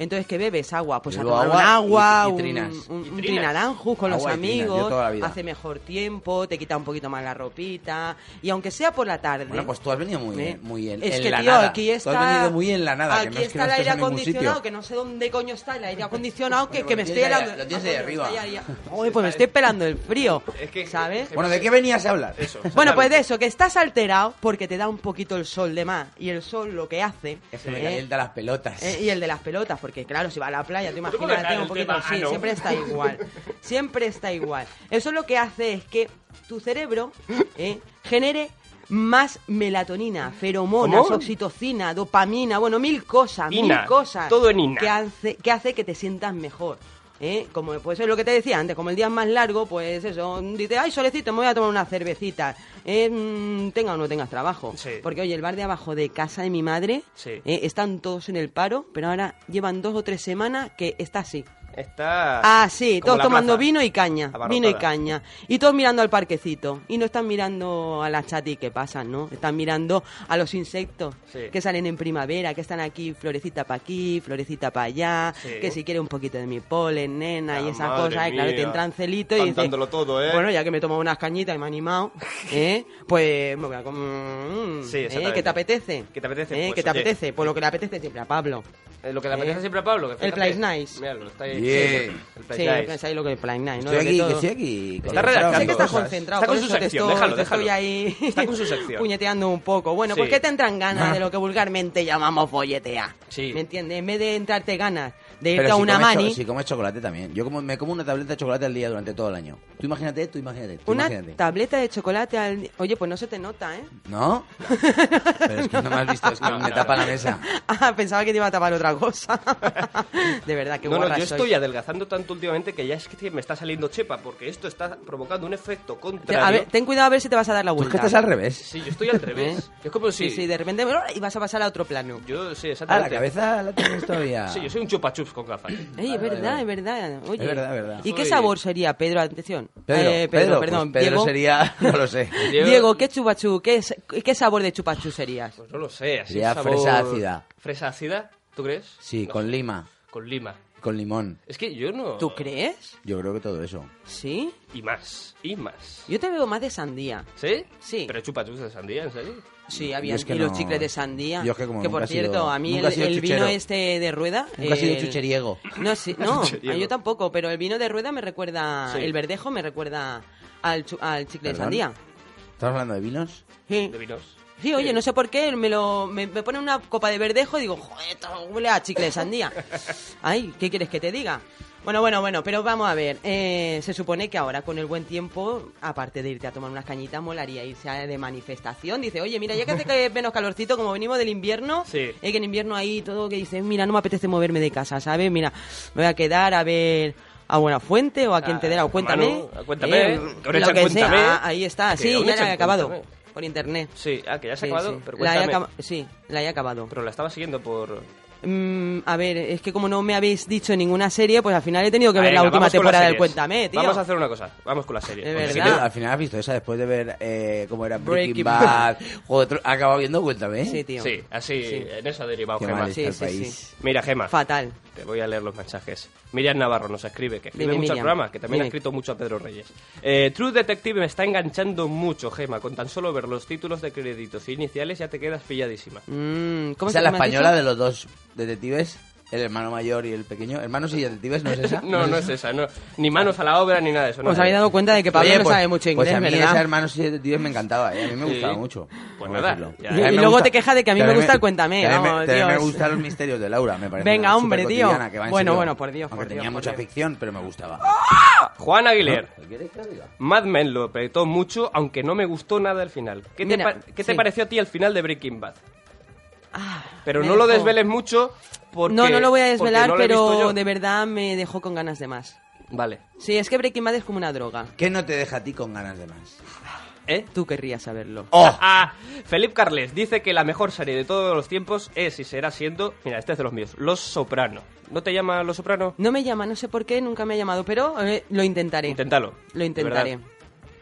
S3: Entonces, ¿qué bebes? Agua. Pues a
S4: Bebo
S3: tomar
S4: agua
S3: un agua,
S4: y- y
S3: un-
S4: trinas.
S3: un, un
S2: trinas.
S3: trinaranjus con
S4: Agua
S3: los
S4: y trinas, yo
S3: amigos.
S4: toda la vida.
S3: Hace mejor tiempo, te quita un poquito más la ropita. Y aunque sea por la tarde.
S4: Bueno, pues tú has venido muy,
S3: ¿eh?
S4: en- muy en,
S3: Es
S4: en
S3: que,
S4: la
S3: tío,
S4: nada.
S3: aquí está.
S4: Tú has venido muy en la nada.
S3: Aquí
S4: que no es que
S3: está
S4: no
S3: el aire
S4: estés en ningún
S3: acondicionado,
S4: sitio.
S3: que no sé dónde coño está el aire acondicionado, que,
S4: Bueno,
S3: que me
S4: pues
S3: estoy
S4: tienes ahí-
S3: helando.
S4: lo tienes ahí
S3: Ah, coño,
S4: arriba.
S3: está ahí, ahí. Joder, pues me estoy pelando el frío.
S2: Es que-
S3: ¿Sabes?
S4: Bueno, ¿de qué venías a hablar?
S2: Eso,
S3: <laughs> Bueno, pues de
S2: exactamente.
S3: eso, que estás alterado porque te da un poquito el sol de más. Y el sol lo que hace.
S4: Es que me
S3: ¿eh?
S4: calienta las pelotas.
S3: Eh, y el de las pelotas, porque claro, si va a la playa, tú
S2: puedes dejar
S3: imagínate
S2: el
S3: un poquito.
S2: tema,
S3: Sí,
S2: ah, no.
S3: siempre está igual. Siempre está igual. Eso lo que hace es que tu cerebro eh, genere más melatonina, feromonas,
S2: ¿Cómo?
S3: oxitocina, dopamina, bueno, mil cosas,
S2: Ina,
S3: mil cosas.
S2: todo en ina.
S3: Que hace que, hace que te sientas mejor. ¿eh? Como pues es lo que te decía antes, como el día es más largo, pues eso, dices, ay solecito, me voy a tomar una cervecita. Eh, mm, tenga o no tengas trabajo.
S2: Sí.
S3: Porque oye, el bar de abajo de casa de mi madre,
S2: Sí.
S3: eh, están todos en el paro, pero ahora llevan dos o tres semanas que está así.
S2: Está.
S3: Ah, sí,
S2: como
S3: todos
S2: la
S3: tomando
S2: plaza.
S3: vino y caña,
S2: Abarrotada.
S3: vino y caña. Y todos mirando al parquecito. Y no están mirando a las chatis que pasan, ¿no? Están mirando a los insectos
S2: Sí.
S3: que salen en primavera, que están aquí, florecita para aquí, florecita para allá,
S2: Sí.
S3: que si quiere un poquito de mi polen, nena,
S2: La
S3: y esas
S2: madre
S3: cosas. Y claro, te
S2: mía.
S3: entran celito y dices,
S2: Cantándolo todo, ¿eh?
S3: bueno, ya que me he tomado unas cañitas y me he
S2: <laughs>
S3: animado, ¿eh? Pues me voy a comer...
S2: Sí,
S3: ¿eh?
S2: exactamente.
S3: ¿Qué te apetece?
S2: ¿Qué te apetece?
S3: ¿Eh?
S2: Pues,
S3: ¿Qué te
S2: oye.
S3: apetece? Pues lo que le apetece siempre a Pablo.
S2: Eh, Lo que le
S3: Eh,
S2: apetece siempre a Pablo. Que
S3: el
S2: fíjate.
S3: Place Nice.
S2: Míralo, está ahí.
S4: Bien.
S2: El
S3: Sí,
S2: Place Nice.
S3: pues ahí lo que es Plan Nine, ¿no?
S4: Estoy
S3: Lo que
S4: aquí,
S3: todo-
S4: que estoy aquí.
S2: Está
S4: concentrado
S2: redactando
S4: en
S3: Sé que estás
S4: cosas.
S3: concentrado,
S2: Está con
S3: por eso
S2: su
S3: te
S2: sección,
S3: estoy,
S2: déjalo,
S3: te estoy
S2: déjalo.
S3: ahí
S2: Está con su
S3: <laughs>
S2: sección.
S3: puñeteando un poco. Bueno,
S2: Sí.
S3: ¿por qué te entran ganas
S4: Ah.
S3: de lo que vulgarmente llamamos folletea?
S2: Sí.
S3: ¿Me entiendes? En vez de entrarte ganas de irte
S4: Pero
S3: a
S4: si
S3: una
S4: comes cho-
S3: mani,
S4: Si comes chocolate también. Yo como, me como una tableta de chocolate al día durante todo el año. Tú imagínate, tú imagínate. Tú
S3: una
S4: imagínate.
S3: tableta de chocolate al... Oye, pues no se te nota, ¿eh? <laughs>
S4: ¿No? Pero es que no me has visto, es que me tapa la mesa.
S3: Ah, pensaba que te iba a tapar otra cosa. de verdad, que
S2: No, no,
S3: guarra
S2: yo
S3: soy.
S2: estoy adelgazando tanto últimamente que ya es que me está saliendo chepa, porque esto está provocando un efecto contrario.
S3: A ver, ten cuidado a ver si te vas a dar la
S4: Tú es que
S3: vuelta.
S4: estás al revés.
S2: Sí, yo
S3: <laughs>
S2: estoy al revés. Es como si.
S3: ¿Eh? Sí, sí, de repente... Y vas a pasar a otro plano.
S2: Yo sí,
S4: Ah, la
S2: exactamente.
S4: cabeza la tienes todavía.
S2: Sí, yo soy un chupachups con
S3: <clears throat>
S2: gafas.
S3: <laughs> Ey, es verdad, es verdad. Oye,
S4: Es verdad, es verdad.
S3: ¿Y qué
S2: Soy-
S3: sabor sería, Pedro? Atención.
S4: Pedro,
S3: Eh,
S4: Pedro,
S3: perdón.
S4: pues Pedro
S3: Diego,
S4: sería, <laughs> no lo sé.
S2: Diego-
S3: <laughs> Diego, ¿qué chupachú? ¿Qué, es- qué sabor de chupachú serías?
S2: Pues no lo sé, así
S4: Sería
S2: un sabor-
S4: fresa ácida.
S2: ¿Fresa ácida? ¿Tú crees?
S4: Sí,
S2: No,
S4: con lima,
S2: Con lima.
S4: con limón.
S2: Es que yo no.
S3: ¿Tú crees?
S4: Yo creo que todo eso.
S3: Sí.
S2: Y más. Y más.
S3: Yo te veo más de sandía.
S2: ¿Sí?
S3: Sí.
S2: Pero chupachups de sandía, ¿en serio?
S3: Sí,
S4: Yo
S3: había
S4: es que
S3: y
S4: no.
S3: los chicles de sandía.
S4: Yo es que como nunca
S3: por
S4: he sido-
S3: cierto, a mí
S4: nunca
S3: el,
S4: he sido
S3: el vino
S4: chuchero.
S3: este de rueda.
S4: Nunca he sido
S3: el-
S4: chucheriego. <laughs>
S3: No, sí, no,
S2: Chucheriego.
S3: yo tampoco, pero el vino de rueda me recuerda.
S2: Sí.
S3: El verdejo me recuerda al, chu- al chicle
S4: ¿Perdón?
S3: de sandía.
S4: ¿Estás hablando de vinos?
S3: Sí.
S2: De vinos.
S3: Sí, oye, no sé por qué, me, lo, me, me pone una copa de verdejo y digo, joder, esto huele a chicle
S4: <laughs>
S3: de sandía. Ay, ¿qué quieres que te diga? Bueno, bueno, bueno, pero vamos a ver. eh, se supone que ahora, con el buen tiempo, aparte de irte a tomar unas cañitas, molaría irse a- de manifestación. Dice, oye, mira, ya que hace que menos calorcito, como venimos del invierno,
S2: Sí.
S3: eh, que en invierno ahí todo que dices, mira, no me apetece moverme de casa, ¿sabes? Mira, me voy a quedar a ver a Buenafuente o a quien te dé la
S2: Ah,
S3: cuéntame. ¿Eh?
S2: Manu, a Cuéntame, que ahora
S3: lo
S2: echa
S3: que
S2: Cuéntame.
S3: sea, Ah, ahí está,
S2: Que
S3: sí,
S2: aún
S3: ya
S2: echa
S3: la he acabado.
S2: Cuéntame.
S3: Por internet.
S2: Sí, ah, que ya se ha
S3: Sí,
S2: acabado.
S3: sí.
S2: Pero
S3: la he
S2: cuéntame.
S3: acaba- sí, la he acabado.
S2: Pero la estaba siguiendo por.
S3: Mm, a ver, es que como no me habéis dicho ninguna serie, pues al final he tenido que ver
S2: Venga,
S3: la última
S2: vamos con
S3: temporada
S2: las
S3: del
S2: series.
S3: Cuéntame, tío.
S2: Vamos a hacer una cosa. Vamos con la serie.
S3: De
S2: Porque si
S3: verdad.
S2: no-
S4: Pero al final has visto esa después de ver eh, cómo era Breaking,
S3: Breaking Bad.
S4: Bad. Juego de Tro- ha acabado viendo Cuéntame.
S3: Sí, tío.
S2: Sí, así,
S3: Sí.
S2: en eso ha derivado
S4: ¿Eh? Qué
S2: Gema.
S4: mal está el
S3: Sí, sí,
S4: país.
S3: sí.
S2: Mira, Gema,
S3: Fatal.
S2: te voy a leer los mensajes. Miriam Navarro nos escribe, que escribe
S3: Dime,
S2: muchos
S3: Miriam.
S2: programas, que también ha
S3: Dime.
S2: escrito mucho a Pedro Reyes. Eh, True Detective me está enganchando mucho, Gema. Con tan solo ver los títulos de créditos iniciales ya te quedas pilladísima.
S3: Mm, ¿Cómo
S4: Esa es
S3: se
S4: la
S3: llama, has
S4: española
S3: dicho?
S4: de los dos detectives, el hermano mayor y el pequeño. Hermanos y detectives, ¿no es esa?
S2: <laughs> No, no es esa, no. Ni manos a la obra ni nada de eso. no.
S3: Os Pues habéis dado cuenta de que Pablo
S4: Oye,
S3: no
S4: pues-
S3: sabe mucho inglés,
S4: Pues a mí
S3: ¿verdad?
S4: esa hermanos y detectives me encantaba, eh, a mí me
S2: Sí.
S4: gustaba mucho.
S2: Pues
S4: Vamos a
S2: nada,
S4: decirlo.
S2: ya.
S4: A
S2: Y-
S4: mí
S2: y
S4: me
S3: luego te quejas de que a mí me
S4: también
S3: gusta el Cuéntame,
S4: que a mí me-
S3: vamos,
S4: también me
S3: Dios.
S4: gustan los misterios de Laura, me parece.
S3: Venga,
S4: una
S3: hombre,
S4: supercotidiana
S3: tío.
S4: que va en
S3: Bueno,
S4: serio.
S3: bueno, por Dios,
S4: Aunque
S3: por Dios,
S4: tenía
S3: por
S4: mucha
S3: Dios.
S4: ficción, pero me gustaba.
S2: ¡Ah! Juan Aguilera.
S4: ¿Lo quieres que lo diga?
S2: Mad Men lo apretó mucho, aunque no me gustó nada el final. ¿Qué,
S3: Mira,
S2: te, pa- qué te
S3: sí.
S2: pareció a ti el final de Breaking Bad?
S3: Ah,
S2: Pero
S3: me
S2: no lo
S3: dejó.
S2: desveles mucho porque...
S3: No, no lo voy a
S2: porque
S3: desvelar,
S2: no lo he visto
S3: pero
S2: yo.
S3: de verdad me dejó con ganas de más.
S2: Vale.
S3: Sí, es que Breaking Bad es como una droga.
S4: ¿Qué no te deja a ti con ganas de más?
S2: ¿Eh?
S3: Tú querrías saberlo.
S4: ¡Oh!
S2: <laughs> Ah, Felipe Carles dice que la mejor serie de todos los tiempos es y será siendo, mira, este es de los míos, Los Soprano. ¿No te llama Los Soprano?
S3: No me llama, no sé por qué, nunca me ha llamado, pero eh, lo intentaré.
S2: Inténtalo.
S3: Lo
S2: de
S3: intentaré.
S2: verdad.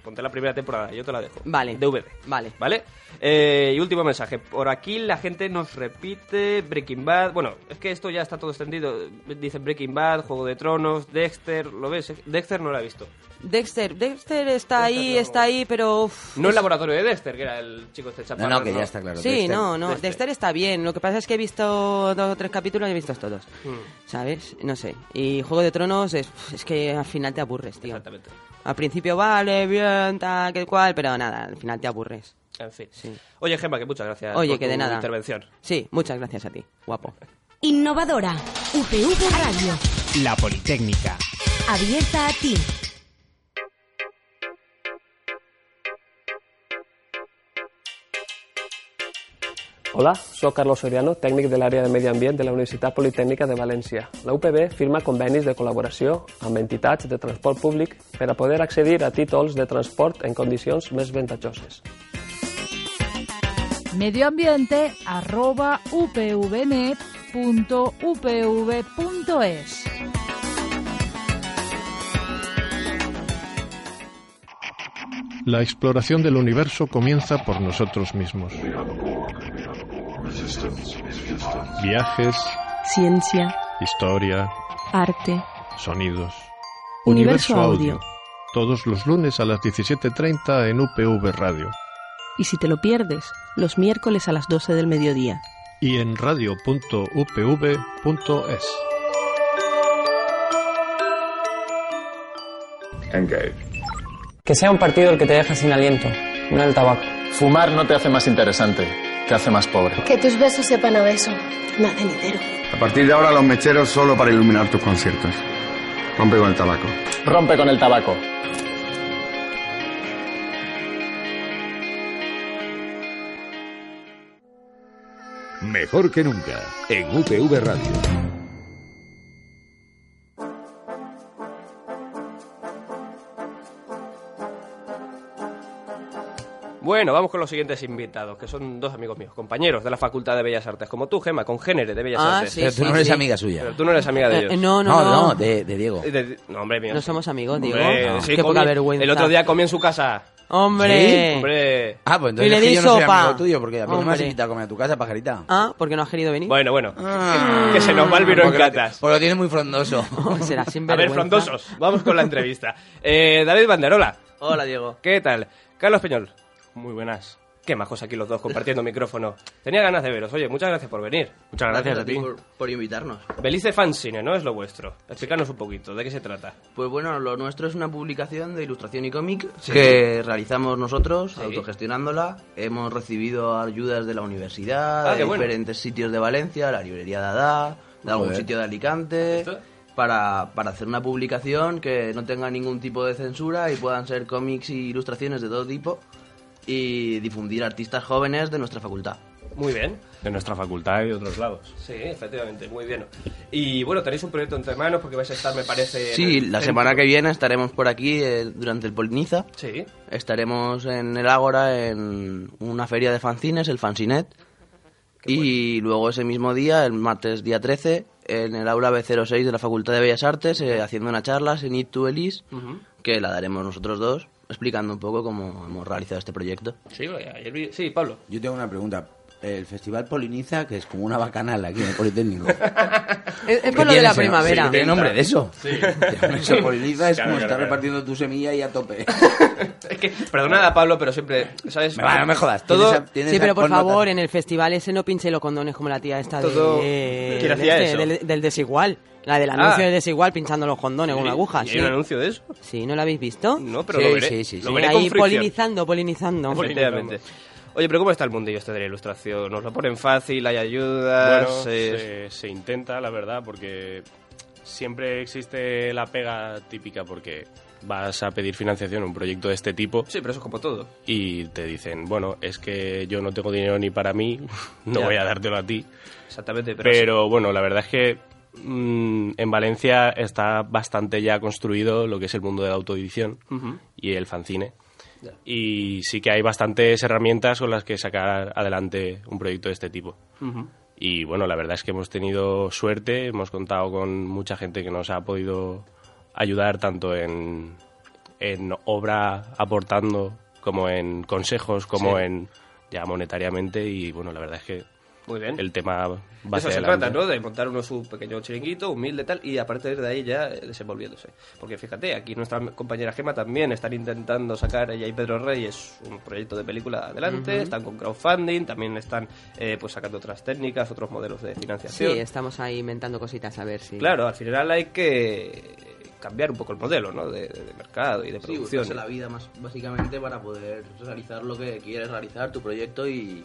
S2: Ponte la primera temporada, yo te la dejo.
S3: Vale.
S2: DVD.
S3: Vale.
S2: ¿Vale? Eh, y último mensaje. Por aquí la gente nos repite Breaking Bad. Bueno, es que esto ya está todo extendido. Dicen Breaking Bad, Juego de Tronos, Dexter. ¿Lo ves? Dexter no la he visto.
S3: Dexter, Dexter está ahí,
S2: no.
S3: está ahí, pero... uf,
S2: No el laboratorio de Dexter, que era el chico este
S4: No,
S2: chaparro.
S4: no, que ya está claro.
S3: Sí,
S4: Dexter.
S3: no, no.
S2: Dexter.
S3: Dexter. está bien. Lo que pasa es que he visto dos o tres capítulos y he visto todos.
S2: Mm,
S3: ¿Sabes? No sé. Y Juego de Tronos es, es que al final te aburres, tío.
S2: Exactamente.
S3: Al principio vale, bien, tal, que cual, pero nada, al final te aburres.
S2: En fin.
S3: Sí.
S2: Oye, Gemma, que muchas gracias
S3: Oye,
S2: por
S3: que
S2: tu
S3: de nada.
S2: intervención.
S3: Sí, muchas gracias a ti, guapo.
S9: Innovadora. UPV Radio.
S10: La Politécnica.
S9: Abierta a ti.
S11: Hola, sóc Carlos Soriano, tècnic de l'àrea de Medi Ambient de la Universitat Politècnica de València. La UPB firma convenis de col·laboració amb entitats de transport públic per a poder accedir a títols de transport en condicions més ventajoses.
S12: medioambiente.upvnet.upv.es.
S13: La exploración del universo comienza por nosotros mismos. Viajes,
S12: Ciencia,
S13: historia,
S12: arte.
S13: sonidos.
S12: Universo Audio.
S13: Todos los lunes a las 17.30 en UPV Radio
S12: Y si te lo pierdes, los miércoles a las 12 del mediodía.
S13: y en radio.upv.es.
S11: Que sea un partido el que te deja sin aliento, no el tabaco.
S10: Fumar no te hace más interesante, te hace más pobre.
S9: Que tus besos sepan a beso. No a cenitero.
S13: A partir de ahora los mecheros solo para iluminar tus conciertos. Rompe con el tabaco.
S10: Rompe con el tabaco.
S1: Mejor que nunca en UPV Radio.
S2: Bueno, vamos con los siguientes invitados, que son dos amigos míos, compañeros de la Facultad de Bellas Artes, como tú, Gema, con género de Bellas
S3: Ah,
S2: Artes.
S3: sí,
S4: Pero tú no eres amiga
S2: Pero
S4: suya.
S2: tú no eres amiga de
S3: Eh,
S2: ellos.
S3: eh, no, no,
S4: No,
S3: no.
S4: no, de, de Diego.
S2: Eh, de- no, hombre, mío.
S3: No somos amigos, digo.
S2: Hombre, sí,
S3: Qué poca
S2: comí-
S3: vergüenza.
S2: El otro día comí en su casa.
S3: Hombre.
S2: Hombre.
S4: Ah, pues entonces
S3: Y le
S4: es que
S3: di
S4: yo no soy
S3: sopa.
S4: amigo tuyo porque a mí no me has
S3: Hombre.
S4: invitado a comer a tu casa, pajarita.
S3: Ah, porque no has querido venir.
S2: Bueno, bueno.
S4: Ah.
S2: Que se nos va el vino en
S4: Porque lo-
S2: catas.
S4: Porque lo tienes muy frondoso.
S3: <laughs> Será sin
S2: A ver, frondosos, vamos con la entrevista. Eh, David Banderola,
S3: Hola, Diego.
S2: ¿qué tal? Carlos Peñol, muy buenas. Qué majos aquí los dos compartiendo <laughs> micrófono. Tenía ganas de veros. Oye, muchas gracias por venir. Muchas
S12: por invitarnos.
S2: Belice Fanzine, ¿no? Es lo vuestro. Explícanos un poquito, ¿de qué se trata?
S12: Pues bueno, lo nuestro es una publicación de ilustración y cómic que realizamos nosotros, autogestionándola. Hemos recibido ayudas de la universidad,
S2: Ah, qué
S12: de
S2: bueno.
S12: diferentes sitios de Valencia, la librería Dada, de algún
S4: Joder.
S12: sitio de Alicante,
S2: ¿Esto?
S12: para, para hacer una publicación que no tenga ningún tipo de censura y puedan ser cómics y ilustraciones de todo tipo y difundir artistas jóvenes de nuestra facultad.
S2: Muy bien.
S10: De nuestra facultad y de otros lados.
S2: Sí, efectivamente, muy bien. Y bueno, tenéis un proyecto entre manos porque vais a estar, me parece... Eh, en
S12: Sí,
S2: el
S12: la
S2: centro.
S12: semana que viene estaremos por aquí eh, durante el Poliniza.
S2: Sí.
S12: Estaremos en el Ágora en una feria de fanzines, el Fanzinet. Y luego ese mismo día, el martes día 13, en el aula B06 de la Facultad de Bellas Artes, eh, haciendo una charla, Senit to Elis, que la daremos nosotros dos, explicando un poco cómo hemos realizado este proyecto.
S2: Sí, ayer vi- sí, Pablo.
S4: Yo tengo una pregunta. El festival Poliniza, que es como una bacanal aquí en el
S3: <laughs>
S4: Politécnico.
S3: Es, es por lo de la primavera.
S4: ¿Tiene nombre de eso? <laughs> Sí. Eso, Poliniza es como estar repartiendo tu semilla y a tope.
S2: Es que, perdonad a Pablo, pero siempre, ¿sabes?
S4: Me va, no me jodas.
S2: Todo...
S4: Tienes a- tienes
S3: Sí,
S4: a-
S3: pero por
S4: connotación.
S3: favor, en el festival ese no pinche los condones como la tía esta de-
S2: Todo-
S3: de...
S2: ¿Quién hacía
S3: de-
S2: eso?
S3: Del, del desigual. La del
S2: Ah.
S3: anuncio del desigual pinchando los condones con una aguja.
S2: ¿Y
S3: Sí.
S2: hay un anuncio de eso?
S3: Sí, ¿no lo habéis visto?
S2: No, pero
S4: Sí,
S2: lo veré.
S4: sí, sí,
S2: Lo
S4: sí.
S2: veré
S3: Ahí
S2: con fricción.
S3: polinizando, polinizando.
S2: Efectivamente. Oye, pero ¿cómo está el mundillo este de la ilustración? ¿Nos lo ponen fácil? ¿Hay ayudas? Eh,
S10: se, se intenta, la verdad, porque siempre existe la pega típica porque vas a pedir financiación a un proyecto de este tipo
S2: Sí, pero eso es como todo.
S10: y te dicen, bueno, es que yo no tengo dinero ni para mí, <laughs> no
S2: Ya.
S10: voy a dártelo a ti.
S2: Exactamente, pero...
S10: Pero bueno, la verdad es que mm, en Valencia está bastante ya construido lo que es el mundo de la autoedición y el fanzine. Y sí que hay bastantes herramientas con las que sacar adelante un proyecto de este tipo.
S2: Ujú.
S10: Y bueno, la verdad es que hemos tenido suerte, hemos contado con mucha gente que nos ha podido ayudar tanto en, en obra aportando como en consejos, como
S2: Sí.
S10: en ya monetariamente y bueno, la verdad es que
S2: Muy bien.
S10: el tema
S2: De
S10: va
S2: eso
S10: hacia
S2: se
S10: adelante.
S2: trata, ¿no? De montar uno su pequeño chiringuito, humilde tal, y a partir de ahí ya eh, desenvolviéndose. Porque fíjate, aquí nuestra compañera Gema también están intentando sacar, ella y Pedro Reyes, un proyecto de película adelante,
S3: Ujú.
S2: están con crowdfunding, también están eh, pues sacando otras técnicas, otros modelos de
S3: Sí,
S2: financiación.
S3: estamos ahí inventando cositas a ver si.
S2: Claro, al final hay que cambiar un poco el modelo, ¿no? De, de- de mercado y de producción.
S12: buscarse la vida más básicamente para poder realizar lo que quieres realizar, tu proyecto y... Em,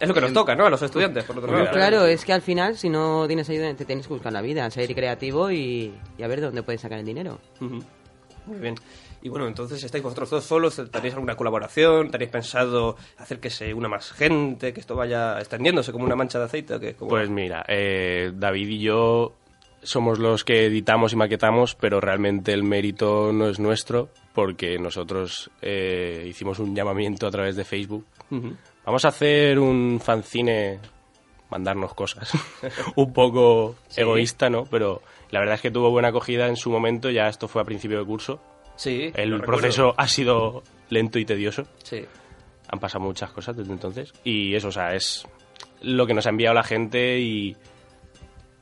S2: Es lo que nos toca, ¿no? A los estudiantes, por otro lado.
S3: Claro, es que al final, si no tienes ayuda, te tienes que buscar la vida, ser creativo y, y a ver de dónde puedes sacar el dinero.
S2: Ujú. Muy bien. Y bueno, entonces estáis vosotros dos solos, ¿tenéis alguna colaboración? ¿Tenéis pensado hacer que se una más gente, que esto vaya extendiéndose como una mancha de aceite? o qué? ¿Cómo?
S10: Pues mira, eh, David y yo somos los que editamos y maquetamos, pero realmente el mérito no es nuestro porque nosotros eh, hicimos un llamamiento a través de Facebook.
S2: Ujú.
S10: Vamos a hacer un fanzine,
S2: <laughs>
S10: mandarnos cosas. un poco egoísta, ¿no? Pero la verdad es que tuvo buena acogida en su momento, ya esto fue a principio de curso. Eh,
S2: Sí.
S10: El
S2: lo
S10: proceso
S2: recuerdo.
S10: ha sido lento y tedioso.
S2: Sí.
S10: Han pasado muchas cosas desde entonces. Y eso, o sea, es lo que nos ha enviado la gente y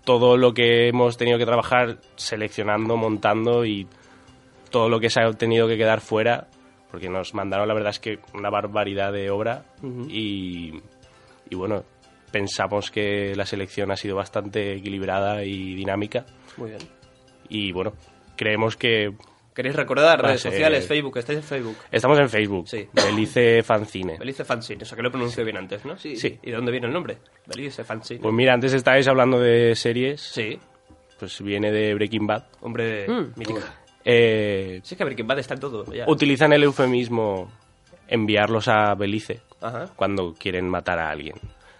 S10: todo lo que hemos tenido que trabajar seleccionando, montando y todo lo que se ha tenido que quedar fuera, porque nos mandaron, la verdad es que una barbaridad de obra
S2: Ujú.
S10: y, y bueno, pensamos que la selección ha sido bastante equilibrada y dinámica
S2: Muy bien.
S10: y bueno, creemos que...
S2: ¿Queréis recordar
S10: va a
S2: redes
S10: ser-
S2: sociales, Facebook? ¿Estáis en Facebook?
S10: Estamos en Facebook, Belice Fancine.
S2: Belice Fanzine, o sea que lo pronuncio bien antes, ¿no? Sí. ¿Y de dónde viene el nombre? Belice Fanzine.
S10: Pues mira, antes estabais hablando de series.
S2: Sí.
S10: Pues viene de Breaking Bad.
S2: Hombre, Mm. mítica.
S10: Eh,
S2: Sí, es que a ver quién va de estar todo. ya.
S10: Utilizan el eufemismo enviarlos a Belice
S2: Ajá.
S10: cuando quieren matar a alguien.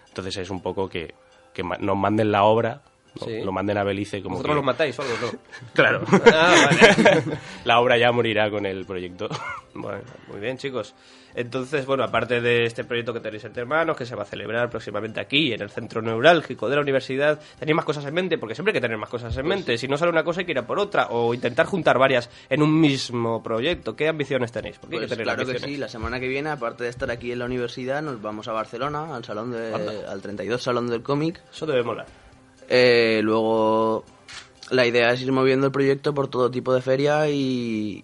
S10: Entonces es un poco que, que ma- nos manden la obra, ¿no?
S2: Sí.
S10: lo manden a Belice como
S2: ¿Vosotros
S10: que-
S2: los matáis o algo? No.
S10: <laughs> Claro.
S2: Ah, vale.
S10: <laughs> la obra ya morirá con el proyecto.
S2: <laughs> Bueno, muy bien, chicos. Entonces, bueno, aparte de este proyecto que tenéis entre manos, que se va a celebrar próximamente aquí, en el centro neurálgico de la universidad, ¿tenéis más cosas en mente? Porque siempre hay que tener más cosas en
S10: Pues
S2: mente. Si no sale una cosa, hay que ir a por otra. O intentar juntar varias en un mismo proyecto. ¿Qué ambiciones tenéis? Porque hay
S12: Pues
S2: que tener ¿eh?
S12: claro que
S2: ambiciones.
S12: sí, la semana que viene, aparte de estar aquí en la universidad, nos vamos a Barcelona, al salón de,
S2: Anda.
S12: al 32 Salón del Cómic.
S2: Eso debe molar.
S12: Eh, luego, la idea es ir moviendo el proyecto por todo tipo de feria y,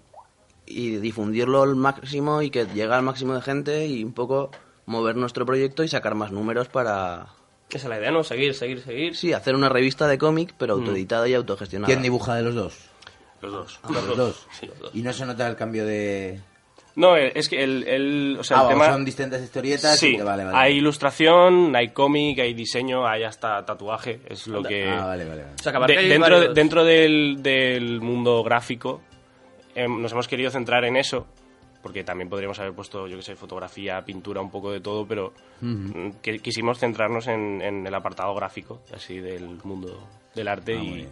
S12: y difundirlo al máximo y que llegue al máximo de gente y un poco mover nuestro proyecto y sacar más números para...
S2: Esa es la idea, ¿no? Seguir, seguir, seguir.
S12: Sí, hacer una revista de cómic, pero
S2: Mm.
S12: autoeditada y autogestionada.
S4: ¿Quién dibuja de los dos?
S10: Los dos.
S4: Ah, los dos. Y no se nota el cambio de...
S10: No, eh, es que el, el- o sea,
S4: Ah,
S10: el
S4: vamos,
S10: tema...
S4: son distintas historietas
S10: Sí,
S4: y que vale, vale.
S10: hay ilustración, hay cómic, hay diseño, hay hasta tatuaje, es lo
S4: Anda.
S10: que...
S4: Ah, vale, vale, vale.
S2: O sea, que abarcáis
S10: De- dentro de-
S2: varios-
S10: dentro del, del mundo gráfico em, nos hemos querido centrar en eso, porque también podríamos haber puesto, yo que sé, fotografía, pintura, un poco de todo, pero
S6: Ujú.
S10: mm, que- quisimos centrarnos en, en el apartado gráfico, así del mundo del arte
S2: Ah, muy
S10: y,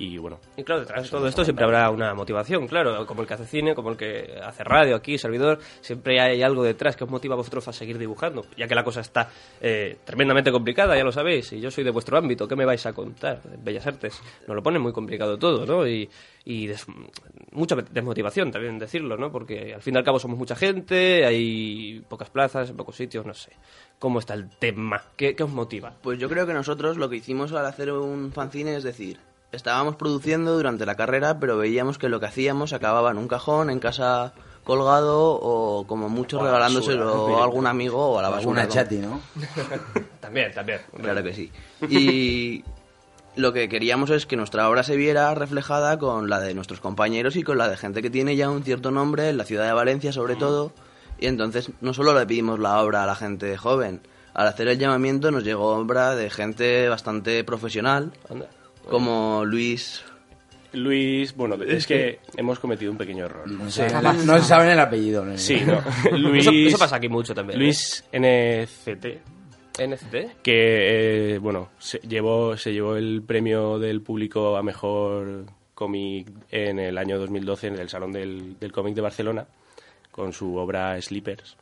S10: y bueno.
S2: Y claro, detrás de todo esto siempre habrá una motivación, claro, como el que hace cine, como el que hace radio aquí, servidor, siempre hay algo detrás que os motiva a vosotros a seguir dibujando, ya que la cosa está eh, tremendamente complicada, ya lo sabéis, y yo soy de vuestro ámbito, ¿qué me vais a contar? Bellas Artes, nos lo pone muy complicado todo, ¿no? Y, y des- mucha desmotivación también decirlo, ¿no? Porque al fin y al cabo somos mucha gente, hay pocas plazas, pocos sitios, no sé. ¿Cómo está el tema? ¿Qué, qué os motiva?
S12: Pues yo creo que nosotros lo que hicimos al hacer un fanzine es decir, estábamos produciendo durante la carrera, pero veíamos que lo que hacíamos acababa en un cajón, en casa colgado o como mucho
S10: O a la
S12: regalándoselo
S10: basura.
S12: a algún amigo o a la
S10: O
S12: basura.
S10: alguna chati,
S4: ¿no?
S2: También, también.
S12: Claro que sí. Y <laughs> lo que queríamos es que nuestra obra se viera reflejada con la de nuestros compañeros y con la de gente que tiene ya un cierto nombre en la ciudad de Valencia sobre
S10: Mm.
S12: todo. Y entonces no solo le pedimos la obra a la gente joven, al hacer el llamamiento nos llegó obra de gente bastante profesional, como Luis...
S10: Luis, bueno, es que hemos cometido un pequeño error.
S4: No se saben- no se saben el apellido. ¿no?
S10: Sí,
S4: <laughs>
S10: no. Luis,
S2: Eso- eso pasa aquí mucho también, ¿eh?
S10: Luis NCT,
S2: ¿NCT?
S10: que eh, bueno se llevó se llevó el premio del público a mejor cómic en el año 2012 en el salón del, del cómic de Barcelona con su obra Sleepers.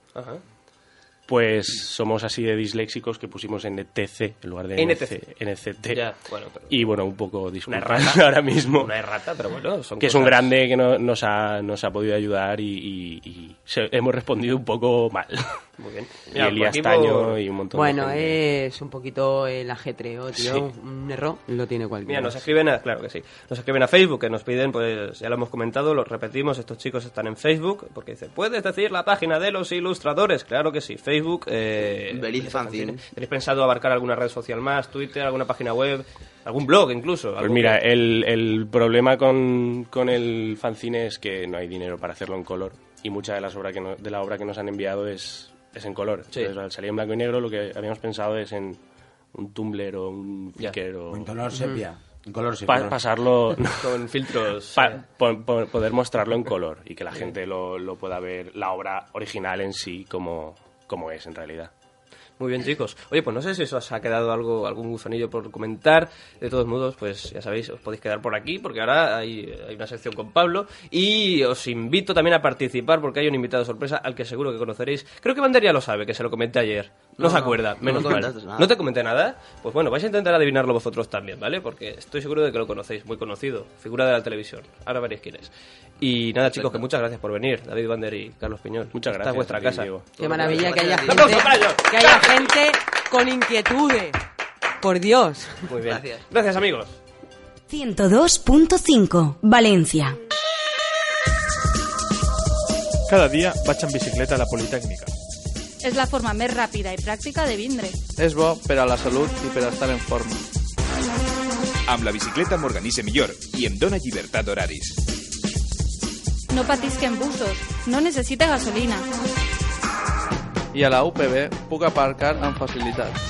S10: Pues somos así de disléxicos que pusimos NTC en lugar de
S2: NTC.
S10: NC, NCT.
S2: Ya, bueno, pero-
S10: y bueno, un poco
S2: Una
S10: disculpas
S2: errata
S10: <laughs> ahora mismo.
S2: Una errata, pero bueno, son
S10: que es un
S2: cosas-
S10: grande que no- nos, ha, nos ha podido ayudar y, y- y se- hemos respondido un poco mal. <laughs>
S2: Muy bien.
S10: Y
S2: Mira, por
S10: Elías
S2: aquí
S10: Taño
S2: por-
S10: y un montón
S3: Bueno,
S10: de gente.
S3: es un poquito el ajetreo, tío.
S2: Sí.
S3: Un error lo tiene cualquiera.
S2: Mira, nos escriben a, claro que sí, nos escriben a Facebook, que nos piden, pues ya lo hemos comentado, lo repetimos, estos chicos están en Facebook, porque dice, ¿puedes decir la página de los ilustradores? Claro que sí, Facebook, eh,
S12: Belice Fanzine.
S2: ¿Tenéis pensado abarcar alguna red social más, Twitter, alguna página web, algún blog incluso?
S10: Pues
S2: algo
S10: mira,
S2: que-
S10: el, el problema con, con el fanzine es que no hay dinero para hacerlo en color y mucha de, las obra que no- de la obra que nos han enviado es, es en color.
S2: Sí.
S10: Entonces, al salir en blanco y negro, lo que habíamos pensado es en un Tumblr o un
S2: Ya. Mm.
S10: Flickr o...
S4: En color sepia. En color sepia.
S10: Pa- pasarlo...
S2: <laughs> con filtros.
S10: pa-
S2: eh,
S10: po- po- poder mostrarlo en color y que la gente lo, lo pueda ver, la obra original en sí, como, como es en realidad.
S2: Muy bien, chicos. Oye, pues no sé si os ha quedado algo, algún gusanillo por comentar. De todos modos, pues ya sabéis, os podéis quedar por aquí porque ahora hay, hay una sección con Pablo. Y os invito también a participar porque hay un invitado sorpresa al que seguro que conoceréis. Creo que Bander ya lo sabe, que se lo comenté ayer. No,
S12: No,
S2: se
S12: no,
S2: acuerda,
S12: no
S2: menos
S12: me
S2: mal.
S12: comentaste nada.
S2: ¿No te comenté nada? Pues bueno, vais a intentar adivinarlo vosotros también, ¿vale? Porque estoy seguro de que lo conocéis, muy conocido. Figura de la televisión. Ahora veréis quién es. Y nada, chicos, que muchas gracias por venir, David Bander y Carlos Piñón.
S10: Muchas
S2: Esta
S10: gracias
S2: es vuestra
S10: a ti,
S2: casa.
S10: Diego.
S3: Qué maravilla que haya
S2: Un
S3: gente,
S2: aplauso para ellos.
S3: que haya gente con inquietudes. Por Dios.
S2: Muy bien.
S12: Gracias.
S2: Gracias, amigos.
S9: 102.5 Valencia.
S6: Cada dia vaig amb bicicleta a la Politécnica.
S14: És la forma més ràpida i pràctica de vindre.
S15: És bo per a la salut i per a estar en forma.
S16: Amb la bicicleta m'organitze millor i em dóna llibertat d'horaris.
S14: No patisquen busos, no necessita gasolina.
S15: I a la UPB puc aparcar amb facilitat.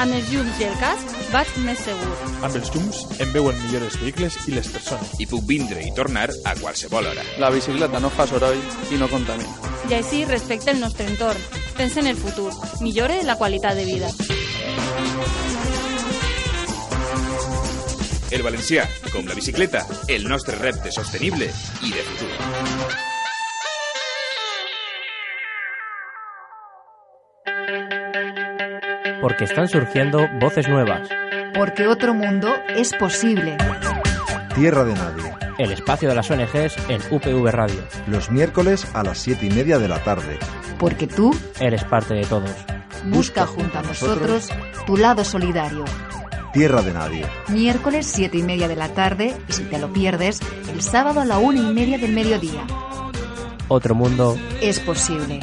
S14: Amb els llums i el casc vaig més segur.
S6: Amb els llums em veuen millor els vehicles i les persones.
S16: I puc vindre i tornar a qualsevol hora.
S15: La bicicleta no fa soroll i no contamina.
S14: I així respecta el nostre entorn. Pensa en el futur. Millore la qualitat de vida.
S16: El valencià, com la bicicleta, el nostre repte sostenible i de futur.
S17: Porque están surgiendo voces nuevas.
S18: Porque otro mundo es posible.
S5: Tierra de Nadie,
S17: El espacio de las ONGs en UPV Radio.
S5: los miércoles a las 7 y media de la tarde.
S18: Porque tú
S17: Eres parte de todos.
S18: busca junto a nosotros tu lado solidario.
S5: Tierra de Nadie.
S18: Miércoles 7 y media de la tarde y si te lo pierdes, el sábado a la 1 y media del mediodía.
S17: Otro mundo.
S18: Es posible.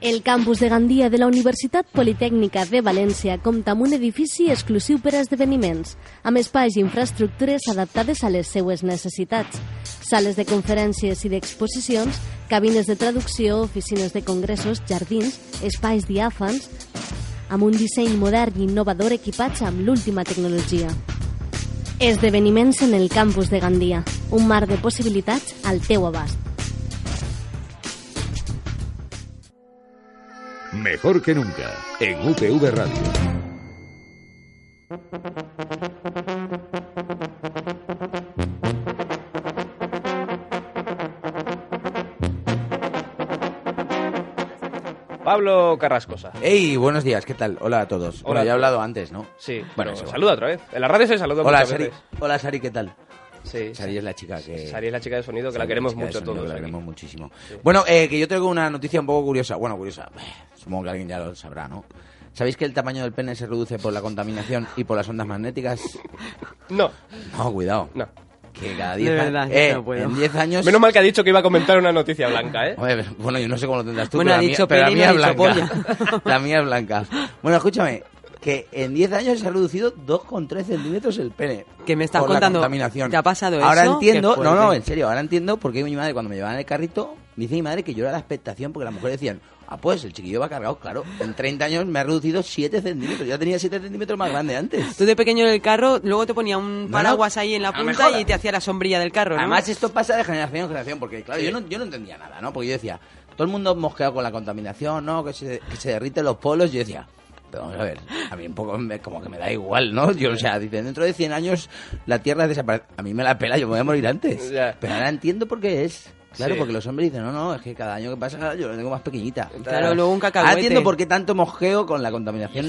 S19: El campus de Gandia de la Universitat Politècnica de València compta amb un edifici exclusiu per a esdeveniments, amb espais i infraestructures adaptades a les seues necessitats. Sales de conferències i d'exposicions, cabines de traducció, oficines de congressos, jardins, espais diàfans, amb un disseny modern i innovador equipats amb l'última tecnologia. Esdeveniments en el campus de Gandia, un mar de possibilitats al teu abast.
S1: Mejor que nunca en UPV Radio.
S2: Pablo Carrascosa.
S4: Ey, buenos días, ¿qué tal? Hola a todos.
S2: Hola
S4: Bueno,
S2: a
S4: ya he
S2: todos.
S4: hablado antes, ¿no?
S2: Sí,
S4: Bueno,
S2: bueno,
S4: es igual.
S2: saluda otra vez. En la radio se saluda
S4: Hola,
S2: muchas
S4: Sari.
S2: veces.
S4: Hola, Sari, ¿qué tal?
S2: Sí,
S4: Sari es la chica que...
S2: Sari es la chica de sonido que la
S4: Sari,
S2: queremos
S4: chica de
S2: mucho
S4: sonido,
S2: todos
S4: que La
S2: aquí.
S4: queremos muchísimo. Bueno, eh, que yo traigo una noticia un poco curiosa. Bueno, curiosa. eh, Supongo que alguien ya lo sabrá, ¿no? ¿Sabéis que el tamaño del pene se reduce por la contaminación y por las ondas magnéticas?
S2: No.
S4: No, cuidado. No. Que cada 10
S2: De
S4: años...
S2: verdad, que
S4: eh,
S2: no puedo.
S4: En 10 años...
S2: Menos mal que ha dicho que iba a comentar una noticia blanca, ¿eh?
S4: Joder, pero- bueno, yo no sé cómo lo tendrás tú,
S2: Bueno,
S4: pero,
S2: ha
S4: la
S2: dicho
S4: mía, pero la
S2: pene y
S4: mía es
S2: no ha
S4: blanca.
S2: dicho
S4: <laughs> la mía es blanca. Bueno, escúchame, que en 10 años se ha reducido 2,3 centímetros el pene.
S3: Que me estás
S4: por la
S3: contando.
S4: contaminación.
S3: ¿Te ha pasado
S4: Ahora
S3: eso?
S4: entiendo,
S3: Qué
S4: no, no,
S3: fuerte.
S4: en serio, ahora entiendo por qué mi madre cuando me llevaba en el carrito, me dice mi madre que yo era la expectación porque las mujeres decían, ah, pues el chiquillo va cargado, claro. En 30 años me ha reducido 7 centímetros, ya tenía 7 centímetros más grande antes.
S3: Tú de pequeño en el carro, luego te ponía un
S4: no,
S3: paraguas ahí
S2: Ah,
S3: en la
S4: no me
S3: punta y
S4: jodas.
S3: te hacía la sombrilla del carro, ¿no?
S4: Además, esto pasa de generación en generación, porque claro, yo, no, yo no entendía nada, ¿no? Porque yo decía, todo el mundo mosqueado con la contaminación, ¿no? Que se, que se derriten los polos. Yo decía, Pero vamos a ver, a mí un poco me- como que me da igual, ¿no? Yo, o sea, dicen, dentro de 100 años la Tierra desaparece. A mí me la pela, yo me voy a morir antes.
S12: Ya.
S4: Pero ahora entiendo por qué es. Claro,
S12: Sí.
S4: porque los hombres dicen, no, no, es que cada año que pasa yo la tengo más pequeñita.
S3: Claro, luego un cacahuete.
S4: Ahora entiendo por qué tanto mojeo con la contaminación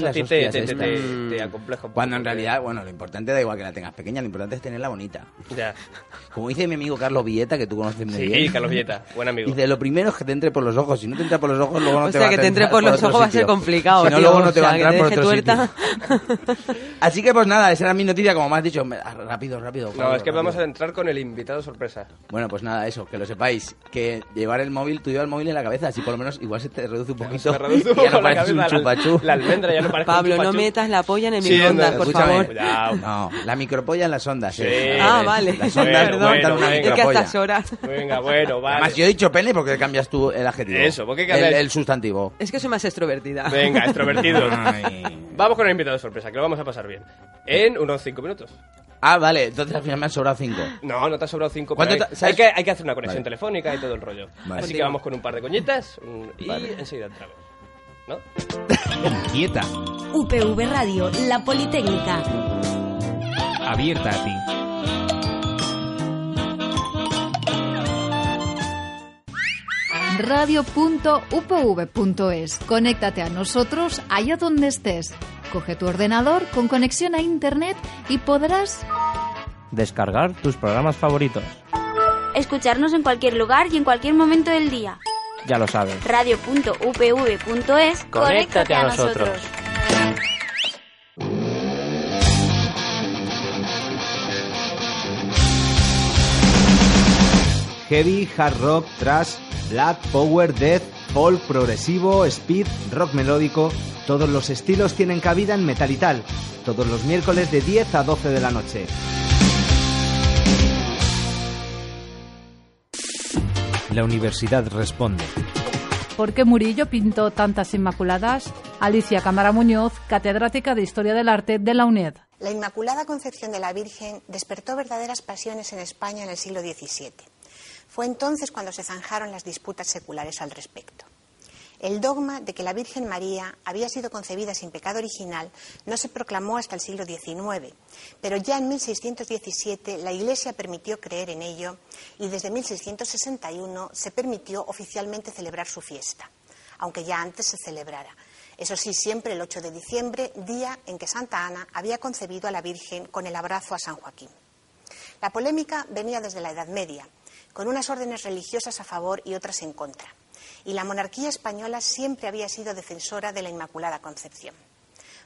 S2: Eso
S4: de
S2: a
S4: las
S2: ti te,
S4: hostias
S2: te, te,
S4: estas.
S2: te- te acompleja un poco,
S4: Cuando en
S2: porque-
S4: realidad, bueno, lo importante da igual que la tengas pequeña, lo importante es tenerla bonita.
S2: Ya.
S4: Como dice mi amigo Carlos Villeta, que tú conoces muy
S2: Sí,
S4: bien.
S2: Carlos Villeta, buen amigo.
S4: Dice, lo primero es que te entre por los ojos. Si no te entra por los ojos, luego no
S3: O
S4: te
S3: sea,
S4: va a
S3: que te entre
S4: entrar
S3: por los
S4: otro
S3: ojos va a ser
S4: sitio.
S3: complicado,
S4: Si no,
S3: tío,
S4: luego
S3: o
S4: no te va a
S3: sea, que
S4: entrar
S3: te
S4: por
S3: deje
S4: otro
S3: tuerta.
S4: sitio. <laughs> Así que, pues nada, esa era mi noticia, como me has dicho. me- ah, Rápido, rápido.
S2: No, es que
S4: rápido.
S2: vamos a entrar con el invitado sorpresa.
S4: Bueno, pues nada, eso, que lo sepáis. Que llevar el móvil, tú llevas el móvil en la cabeza, así por lo menos igual se te reduce un poquito.
S2: Se reduce
S4: <laughs>
S2: un
S4: Y
S2: <laughs>
S4: ya
S2: poco
S4: no
S2: la
S4: pareces un
S2: cabeza, la-
S4: chupachú.
S2: la almendra ya no parece un
S3: Pablo, no
S2: chupachú.
S3: metas la polla en el microondas, por
S4: Escúchame,
S3: favor.
S4: cuidado. No, la micropolla en las ondas.
S3: Sí.
S4: eh.
S3: Ah, vale. <laughs>
S4: Las ondas
S3: Bueno,
S4: montan
S3: bueno,
S4: una
S3: venga.
S4: micropolla.
S3: Es que a estas horas.
S2: Venga, bueno, vale.
S4: Además, yo he dicho pene porque cambias tú el adjetivo.
S2: Eso, ¿por qué
S4: el,
S2: cambias?
S4: el sustantivo.
S3: Es que soy más extrovertida.
S2: Venga, extrovertidos.
S4: Ay.
S2: Vamos con el invitado sorpresa, que lo vamos a pasar bien. En unos 5 minutos.
S4: Ah, vale, entonces al final me han sobrado cinco.
S2: No, no te ha sobrado 5
S4: ¿Cuánto
S2: hay,
S4: te- sabes-
S2: hay que, hay que hacer una conexión
S4: Vale.
S2: telefónica y todo el rollo.
S4: Vale.
S2: Así que vamos con un par de coñitas un- y enseguida entramos. ¿No?
S17: Inquieta,
S9: UPV Radio, la Politécnica.
S17: abierta a ti.
S18: radio.upv.es. Conéctate a nosotros allá donde estés. Coge tu ordenador con conexión a internet y podrás
S17: Descargar tus programas favoritos.
S9: Escucharnos en cualquier lugar y en cualquier momento del día.
S17: Ya lo sabes.
S9: Radio.upv.es.
S17: Conéctate a nosotros.
S20: Heavy, hard rock, thrash, black, power, death, folk, progresivo, speed, rock melódico. Todos los estilos tienen cabida en Metalital. Todos los miércoles de 10 a 12 de la noche.
S21: La universidad responde.
S22: ¿Por qué Murillo pintó tantas Inmaculadas? Alicia Cámara Muñoz, catedrática de Historia del Arte de la UNED.
S23: La Inmaculada Concepción de la Virgen despertó verdaderas pasiones en España en el siglo XVII. Fue entonces cuando se zanjaron las disputas seculares al respecto. El dogma de que la Virgen María había sido concebida sin pecado original no se proclamó hasta el siglo XIX, pero ya en 1617 la Iglesia permitió creer en ello y desde 1661 se permitió oficialmente celebrar su fiesta, aunque ya antes se celebrara. Eso sí, siempre el 8 de diciembre, día en que Santa Ana había concebido a la Virgen con el abrazo a San Joaquín. La polémica venía desde la Edad Media, con unas órdenes religiosas a favor y otras en contra, y la monarquía española siempre había sido defensora de la Inmaculada Concepción.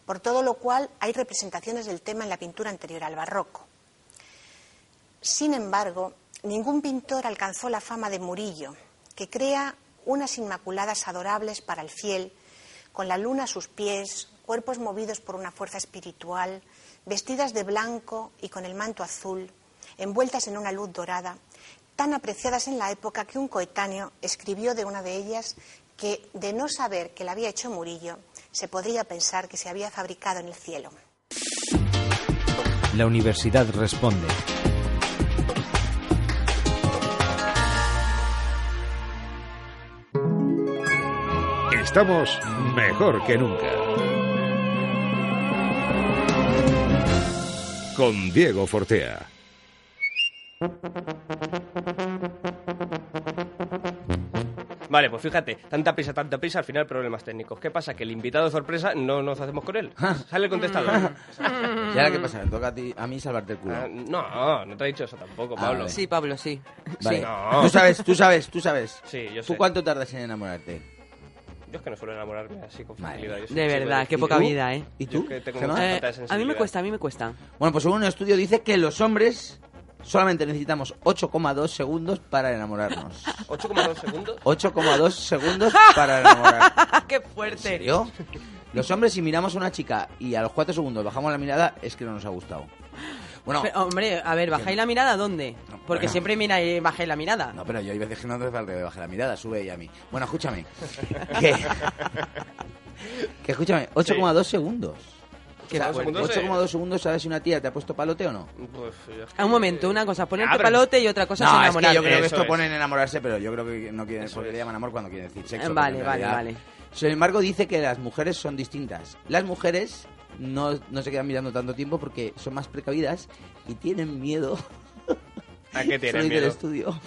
S23: Por todo lo cual hay representaciones del tema en la pintura anterior al barroco. Sin embargo, ningún pintor alcanzó la fama de Murillo, que crea unas Inmaculadas adorables para el fiel con la luna a sus pies, cuerpos movidos por una fuerza espiritual, vestidas de blanco y con el manto azul, envueltas en una luz dorada, tan apreciadas en la época que un coetáneo escribió de una de ellas que, de no saber que la había hecho Murillo, se podría pensar que se había fabricado en el cielo.
S21: La universidad responde.
S1: Estamos mejor que nunca. Con Diego Fortea.
S2: Vale, pues fíjate, tanta prisa, tanta prisa, al final problemas técnicos. ¿Qué pasa? Que el invitado sorpresa no nos hacemos con él. Sale el contestador.
S4: Ah. <laughs> ¿Y ahora qué pasa? Me toca a, ti, a mí salvarte el culo.
S2: Ah, no, no te he dicho eso tampoco,
S4: Ah,
S2: Pablo.
S4: vale.
S3: Sí, Pablo, sí.
S4: Vale.
S3: Sí.
S4: Tú sabes, tú sabes, tú sabes.
S2: Sí, yo
S4: ¿Tú
S2: sé.
S4: cuánto tardas en enamorarte?
S2: Yo es que no suelo enamorarme así con facilidad. Yo soy
S3: De
S2: un chico
S3: verdad, qué
S2: difícil.
S3: poca vida, ¿eh?
S4: ¿Y
S2: Yo
S4: tú?
S2: es que tengo
S4: Gemma?
S2: mucha
S3: Eh,
S2: falta de
S3: a mí me
S2: sensibilidad.
S3: cuesta, a mí me cuesta.
S4: Bueno, pues según un estudio dice que los hombres solamente necesitamos 8,2 segundos para enamorarnos.
S2: 8,2
S3: <laughs>
S2: segundos.
S4: 8,2 segundos para enamorarnos.
S3: ¡Qué fuerte!
S4: ¿En serio? Los hombres, si miramos a una chica y a los 4 segundos bajamos la mirada, es que no nos ha gustado. Bueno,
S3: Pero, hombre, a ver, ¿bajáis la mirada dónde? Porque
S4: bueno.
S3: siempre mira, bajáis la mirada.
S4: No, pero yo hay veces que no hace falta que baje la mirada, sube ella a mí. Bueno,
S3: <laughs>
S4: escúchame. Que, que escúchame, 8,2 segundos.
S3: Qué
S4: O sea,
S3: fuerte.
S4: 8,2 segundos, ¿sabes si una tía te ha puesto palote o no?
S2: Pues, yo es que-
S3: Ah, Un momento, una cosa es ponerte
S2: Ah, pero-
S3: palote y otra cosa es
S4: no, es
S3: enamorar.
S4: que yo creo que
S2: Eso
S4: esto
S2: es.
S4: ponen enamorarse, pero yo creo que no quieren, porque le llaman amor cuando quieren decir sexo.
S3: Eh, vale,
S4: porque en
S3: vale,
S4: realidad
S3: vale.
S4: Sin embargo, dice que las mujeres son distintas. Las mujeres no, no se quedan mirando tanto tiempo porque son más precavidas y tienen miedo.
S2: ¿A qué tienen
S4: Eso dice el
S2: miedo?
S4: estudio.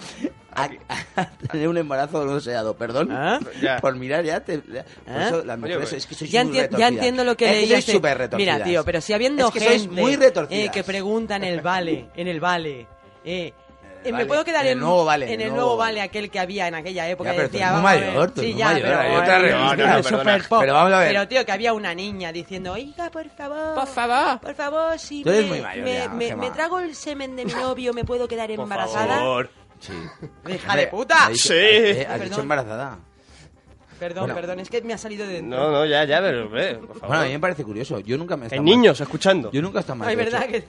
S4: A, <laughs> a tener un embarazo no deseado, perdón.
S2: Ya.
S4: Por mirar ya. te- por
S3: ¿Ah?
S4: eso las mujeres
S3: Oye,
S4: es que sois
S3: ya,
S4: muy
S3: enti- ya
S4: retorcidas.
S3: entiendo lo que
S4: Es
S3: leí
S4: sois
S3: hace-
S4: súper retorcidas.
S3: Mira, tío, pero si habiendo
S4: Es que
S3: gente
S4: sois muy retorcidas.
S3: eh, que
S4: <laughs>
S3: preguntan el vale, en el vale, eh, eh,
S4: vale,
S3: me puedo quedar
S4: en el nuevo vale,
S3: en el nuevo vale aquel que había en aquella época.
S4: Ya, pero tú
S3: decía,
S4: eres muy
S3: vamos a ver,
S4: mayor, tú eres
S3: sí,
S4: muy
S3: ya,
S4: mayor,
S3: pero
S4: hay
S3: bueno,
S4: otra regla. No, no,
S3: es
S4: perdona.
S3: súper pop.
S4: Pero vamos a ver.
S3: Pero, tío, que había una niña diciendo, oiga, por favor. Por
S4: favor.
S3: Por favor, si
S4: Tú eres
S3: me,
S4: muy mayor
S3: me-
S4: ya,
S3: me-
S4: Gemma.
S3: me trago el semen
S4: <laughs>
S3: de mi novio, ¿me puedo quedar
S4: Por
S3: embarazada?
S4: favor. Sí.
S3: ¡Hija de puta!
S4: Has dicho-
S3: Sí.
S4: eh, Has,
S3: Perdón.
S4: dicho embarazada.
S3: Perdón,
S4: Bueno.
S3: perdón, es que me ha salido de dentro.
S4: no, ya, ya, pero, por favor. Bueno, a mí me parece curioso. Yo nunca me he estado
S2: Hay
S4: más-
S2: niños escuchando.
S4: Yo nunca he estado más
S3: Ay,
S4: de
S3: verdad
S4: ocho.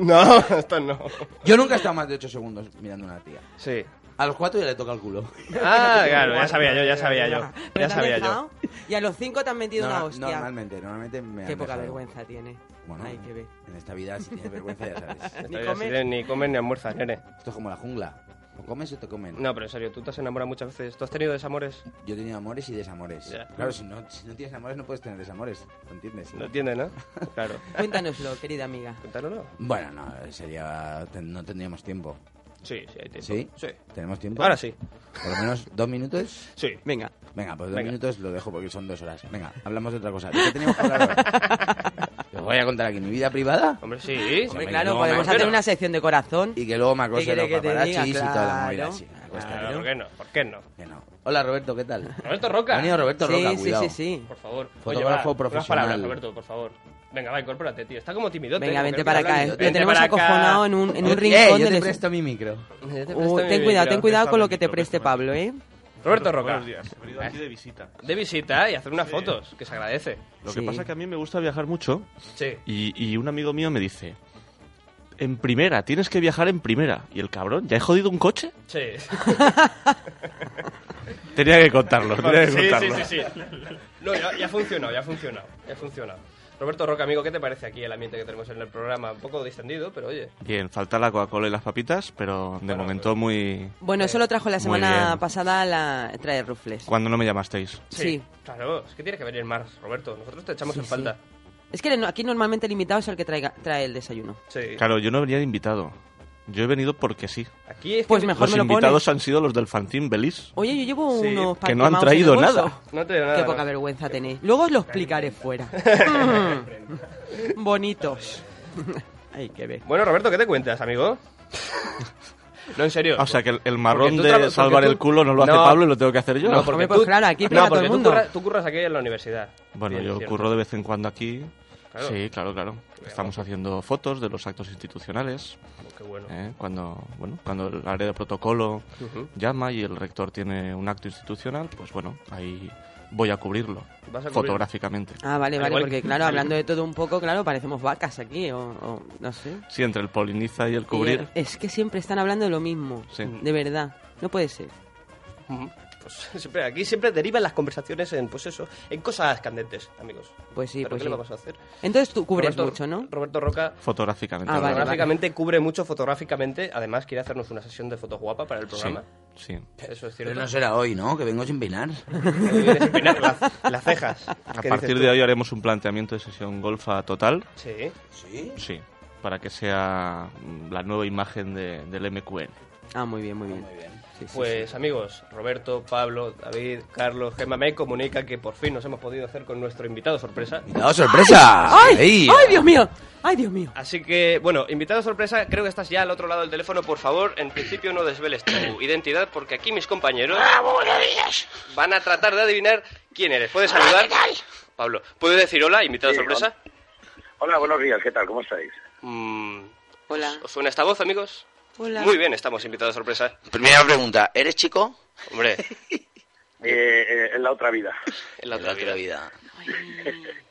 S2: <laughs> no, esto no.
S4: Yo nunca he estado más de 8 segundos mirando a una tía.
S2: Sí.
S4: A los 4 ya le toca el culo.
S2: Ah, claro,
S4: <laughs>
S2: ya sabía yo, ya sabía yo.
S3: Pero
S4: Ya
S3: te han
S4: sabía yo.
S3: dejado, Y a los cinco te han metido
S4: No,
S3: una hostia.
S4: Normalmente, normalmente me
S3: Qué
S4: han
S3: poca
S4: dejado.
S3: vergüenza tiene.
S4: Bueno,
S3: Ay, qué ve.
S4: en esta vida si tienes vergüenza ya sabes.
S3: <laughs> Ni comes.
S2: Ni comen ni almuerzas, nene.
S4: Esto es como la jungla. O comes o te comen.
S2: No, pero en serio, tú te has enamorado muchas veces. ¿Tú has tenido desamores?
S4: Yo he tenido amores y desamores.
S2: Ya.
S4: Claro, si no, si no tienes amores no puedes tener desamores. ¿Lo entiendes?
S2: No entiendes,
S4: <laughs>
S2: ¿no? Claro.
S3: Cuéntanoslo, querida amiga.
S2: Cuéntanoslo.
S4: Bueno, no, sería... ten- No tendríamos tiempo.
S2: Sí, sí, hay tiempo.
S4: ¿Sí?
S2: Sí.
S4: ¿Tenemos tiempo?
S2: Ahora sí.
S4: ¿Por lo menos dos minutos?
S2: Sí.
S4: Venga. Venga, pues dos
S2: Venga.
S4: minutos lo dejo porque son dos horas. Venga, hablamos de otra cosa. ¿De qué teníamos que hablar
S2: <laughs>
S4: ahora? ¿Os voy a contar aquí mi vida privada?
S2: Hombre, sí. Hombre,
S4: que
S3: claro,
S4: luego me
S3: podemos hacer
S4: entero.
S3: una sección de corazón.
S4: Y que luego me
S3: ¿Qué
S4: acosen
S3: quiere
S4: los
S3: que te diga?
S4: paparachis y toda la movida
S3: Claro.
S4: así. Me cuesta,
S2: Claro,
S4: ¿no?
S2: ¿Por qué no? ¿Por qué no?
S4: Que no. Hola, Roberto, ¿qué tal?
S2: Roberto Roca.
S4: Ha venido Roberto
S2: Sí,
S4: Roca,
S2: sí,
S4: cuidado.
S2: sí, sí. Por favor. Oye,
S4: Fotógrafo
S2: va, unas
S4: profesional.
S2: palabras, Roberto, por favor. Venga, va, incorpórate, tío. Está como timidote.
S3: Venga,
S2: como
S3: vente
S2: que no
S3: para
S2: quiere
S3: acá. eh.
S2: hablar.
S3: Lo
S2: Vente
S3: tenemos
S2: para acá.
S3: acojonado en un, en
S2: Eh,
S3: un
S4: yo
S3: rincón. del
S4: te
S3: es-
S4: presto mi micro.
S3: Uh, ten cuidado, ten cuidado con lo que te preste Pablo, ¿eh?
S2: Roberto Roca. Eh.
S24: Buenos días. He venido aquí de visita.
S2: De visita y hacer unas fotos, que se agradece.
S24: Lo que pasa es que a mí me gusta viajar mucho.
S2: Sí.
S24: Y, y un amigo mío me dice: En primera, tienes que viajar en primera. Y el cabrón, ¿ya he jodido un coche?
S2: Sí.
S24: Tenía que
S2: <laughs>
S24: contarlo, tenía que
S2: sí,
S24: contarlo.
S2: sí, sí, sí. No, ya, ya ha funcionado, ya ha funcionado, ya ha funcionado. Roberto Roca, amigo, ¿qué te parece aquí el ambiente que tenemos en el programa? Un poco distendido, pero oye.
S8: Bien, falta la Coca-Cola y las papitas, pero de
S2: pues-
S8: momento muy...
S3: Bueno, eso lo trajo la
S8: Eh, Muy
S3: semana
S8: bien.
S3: pasada la trae Rufles.
S8: Cuando no me llamasteis?
S2: Claro, es que tiene que venir más, Roberto. Nosotros te echamos
S3: Sí,
S2: en falta.
S3: Es que no- aquí normalmente el invitado es el que traiga, trae el desayuno.
S2: Sí.
S8: Claro, yo no venía de invitado. Yo he venido porque sí.
S2: Aquí es que-
S3: Pues mejor
S8: los
S3: me lo
S8: invitados
S3: pones.
S8: han sido los del Fantín Belis.
S3: Oye, yo llevo
S8: Sí.
S3: unos
S8: Que no han
S3: pantomaos en el
S8: traído
S3: bolso.
S8: nada.
S2: No te digo nada,
S3: Qué
S2: no.
S3: poca vergüenza tenéis. Luego os lo
S8: <laughs>
S3: explicaré fuera. Mm. Bonitos. <laughs> Ay, qué ve.
S2: Bueno, Roberto, ¿qué te cuentas, amigo? no, en serio.
S8: O sea, que el, el marrón
S2: Porque tú
S8: de
S2: traba-
S8: salvar
S2: porque tú-
S8: el culo no lo hace
S2: No.
S8: Pablo y lo tengo que hacer yo.
S2: No, porque
S3: pues
S2: tú, no, porque tú, curra- tú curras aquí en la universidad.
S8: Bueno,
S2: Bien,
S8: yo
S2: cierto.
S8: curro de vez en cuando aquí.
S2: Claro.
S8: Sí, claro, claro. Estamos haciendo fotos de los actos institucionales.
S2: Qué bueno.
S8: ¿eh? Cuando, bueno, cuando el área de protocolo
S2: Ujú.
S8: llama y el rector tiene un acto institucional, pues bueno, ahí voy a cubrirlo
S2: Vas a cubrir-
S8: fotográficamente.
S3: Ah, vale,
S8: Al
S3: vale,
S8: igual
S3: porque
S8: que-
S3: claro, hablando de todo un poco, claro, parecemos vacas aquí, o, o no sé.
S8: Sí, entre el poliniza y el
S3: Y,
S8: cubrir.
S3: eh, Es que siempre están hablando de lo mismo.
S8: Sí.
S3: De verdad. No puede ser.
S2: Ujú. Pues <laughs> siempre, aquí siempre derivan las conversaciones en, pues eso, en cosas candentes, amigos.
S3: Pues sí,
S2: ¿Pero
S3: pues
S2: qué
S3: sí.
S2: le vamos a hacer?
S3: Entonces tú cubres
S2: Roberto-
S3: mucho, ¿no?
S2: Roberto Roca
S8: Fotográficamente.
S3: Ah, vale,
S8: hablando.
S2: fotográficamente cubre mucho, fotográficamente. Además, quiere hacernos una sesión de fotos guapa para el programa.
S8: Sí.
S2: Eso es cierto.
S4: Pero no será hoy, ¿no? Que vengo
S2: <laughs>
S4: sin peinar.
S2: vienes sin peinar, las- las cejas.
S8: A
S2: ¿Qué
S8: partir
S2: dices
S8: de
S2: tú?
S8: hoy haremos un planteamiento de sesión golfa total.
S2: Sí.
S4: Sí.
S8: Sí, para que sea mm, la nueva imagen de- del MQN.
S3: Ah, muy bien, muy bien.
S2: Pues amigos, Roberto, Pablo, David, Carlos, Gemma me comunican que por fin nos hemos podido hacer con nuestro invitado sorpresa.
S4: ¡Invitado sorpresa!
S3: ¡Ay!
S4: Ahí.
S3: ¡Ay, Dios mío! ¡Ay, Dios mío!
S2: Así que, bueno, invitado sorpresa, creo que estás ya al otro lado del teléfono. Por favor, en principio no desveles
S7: <coughs>
S2: tu identidad porque aquí mis compañeros
S7: Ah,
S2: van a tratar de adivinar quién eres. ¿Puedes saludar? Pablo, ¿puedes decir hola, invitado
S7: Sí,
S2: sorpresa?
S7: Hola, buenos días, ¿qué tal? ¿Cómo estáis?
S4: Mm,
S2: hola. ¿Os suena esta voz, amigos?
S7: Hola.
S2: Muy bien, estamos invitados sorpresa.
S4: Primera pregunta, ¿eres chico?
S2: Hombre,
S7: Eh, eh, en la otra vida.
S2: <laughs> en la otra, vida. <laughs>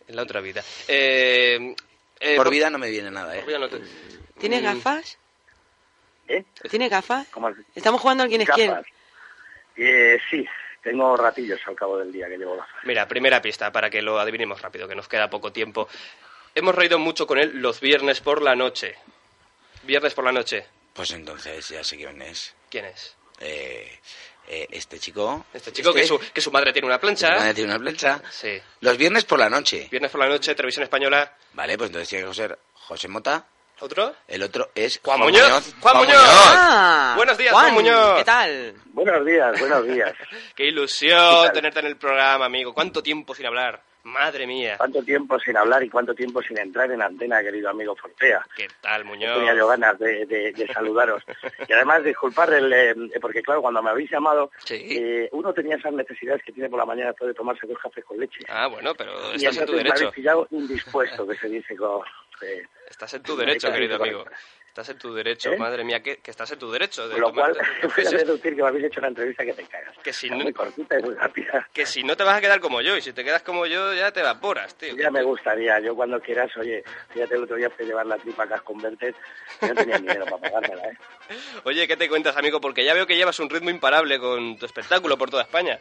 S2: En la otra vida. Eh, eh,
S4: Por vida no me viene nada, ¿eh?
S2: por vida no te-
S3: ¿Tienes
S2: Mm,
S3: gafas?
S7: ¿Eh?
S3: ¿Tienes gafas?
S7: ¿Cómo
S3: Estamos jugando al quién es quién.
S7: Gafas. Eh, sí, tengo ratillos al cabo del día que llevo gafas.
S2: Mira, primera pista para que lo adivinemos rápido, que nos queda poco tiempo. Hemos reído mucho con él los viernes por la noche. Viernes por la noche.
S4: Pues entonces ya sé quién es.
S2: ¿Quién es?
S4: Eh, eh, este chico...
S2: Este chico que, su, que su madre tiene una plancha.
S4: Van a decir una plancha.
S2: Sí.
S4: Los viernes por la noche.
S2: Viernes por la noche, televisión española.
S4: Vale, pues entonces tiene que ser José Mota.
S2: ¿Otro?
S4: El otro es
S2: Juan Muñoz. Juan Muñoz. Ah, Buenos días, Juan Muñoz. ¿qué
S3: tal?
S7: Buenos días, buenos días.
S2: Qué ilusión tenerte en el programa, amigo. ¿Cuánto tiempo sin hablar? Madre mía.
S7: ¿Cuánto tiempo sin hablar y cuánto tiempo sin entrar en antena, querido amigo Fortea?
S2: ¿Qué tal, Muñoz?
S7: Tenía yo ganas de, de- de saludaros. y además, disculpar, el, eh, porque claro, cuando me habéis llamado, eh, uno tenía esas necesidades que tiene por la mañana después de tomarse dos cafés con leche.
S2: Ah, bueno, pero
S7: y
S2: estás en tu
S7: entonces me
S2: derecho.
S7: habéis pillado indispuesto, que se dice con... eh,
S2: Estás en tu derecho,
S7: Exactamente,
S2: querido amigo. Estás en tu derecho,
S7: ¿Eh?
S2: madre mía, que, que estás en tu derecho. de
S7: Con lo cual,
S2: <laughs> tomarte-
S7: <laughs> voy a deducir que me habéis hecho una entrevista que te cagas.
S2: que, si
S7: Muy
S2: no,
S7: cortita y muy rápida.
S2: que si no te vas a quedar como yo, y si te quedas como yo ya te evaporas, tío.
S7: Ya me gustaría, yo cuando quieras, oye, fíjate el otro día fui a llevar la tripa acá con Vertes, yo no tenía dinero para pagármela, ¿eh?
S2: Oye, ¿qué te cuentas, amigo? Porque ya veo que llevas un ritmo imparable con tu espectáculo por toda España.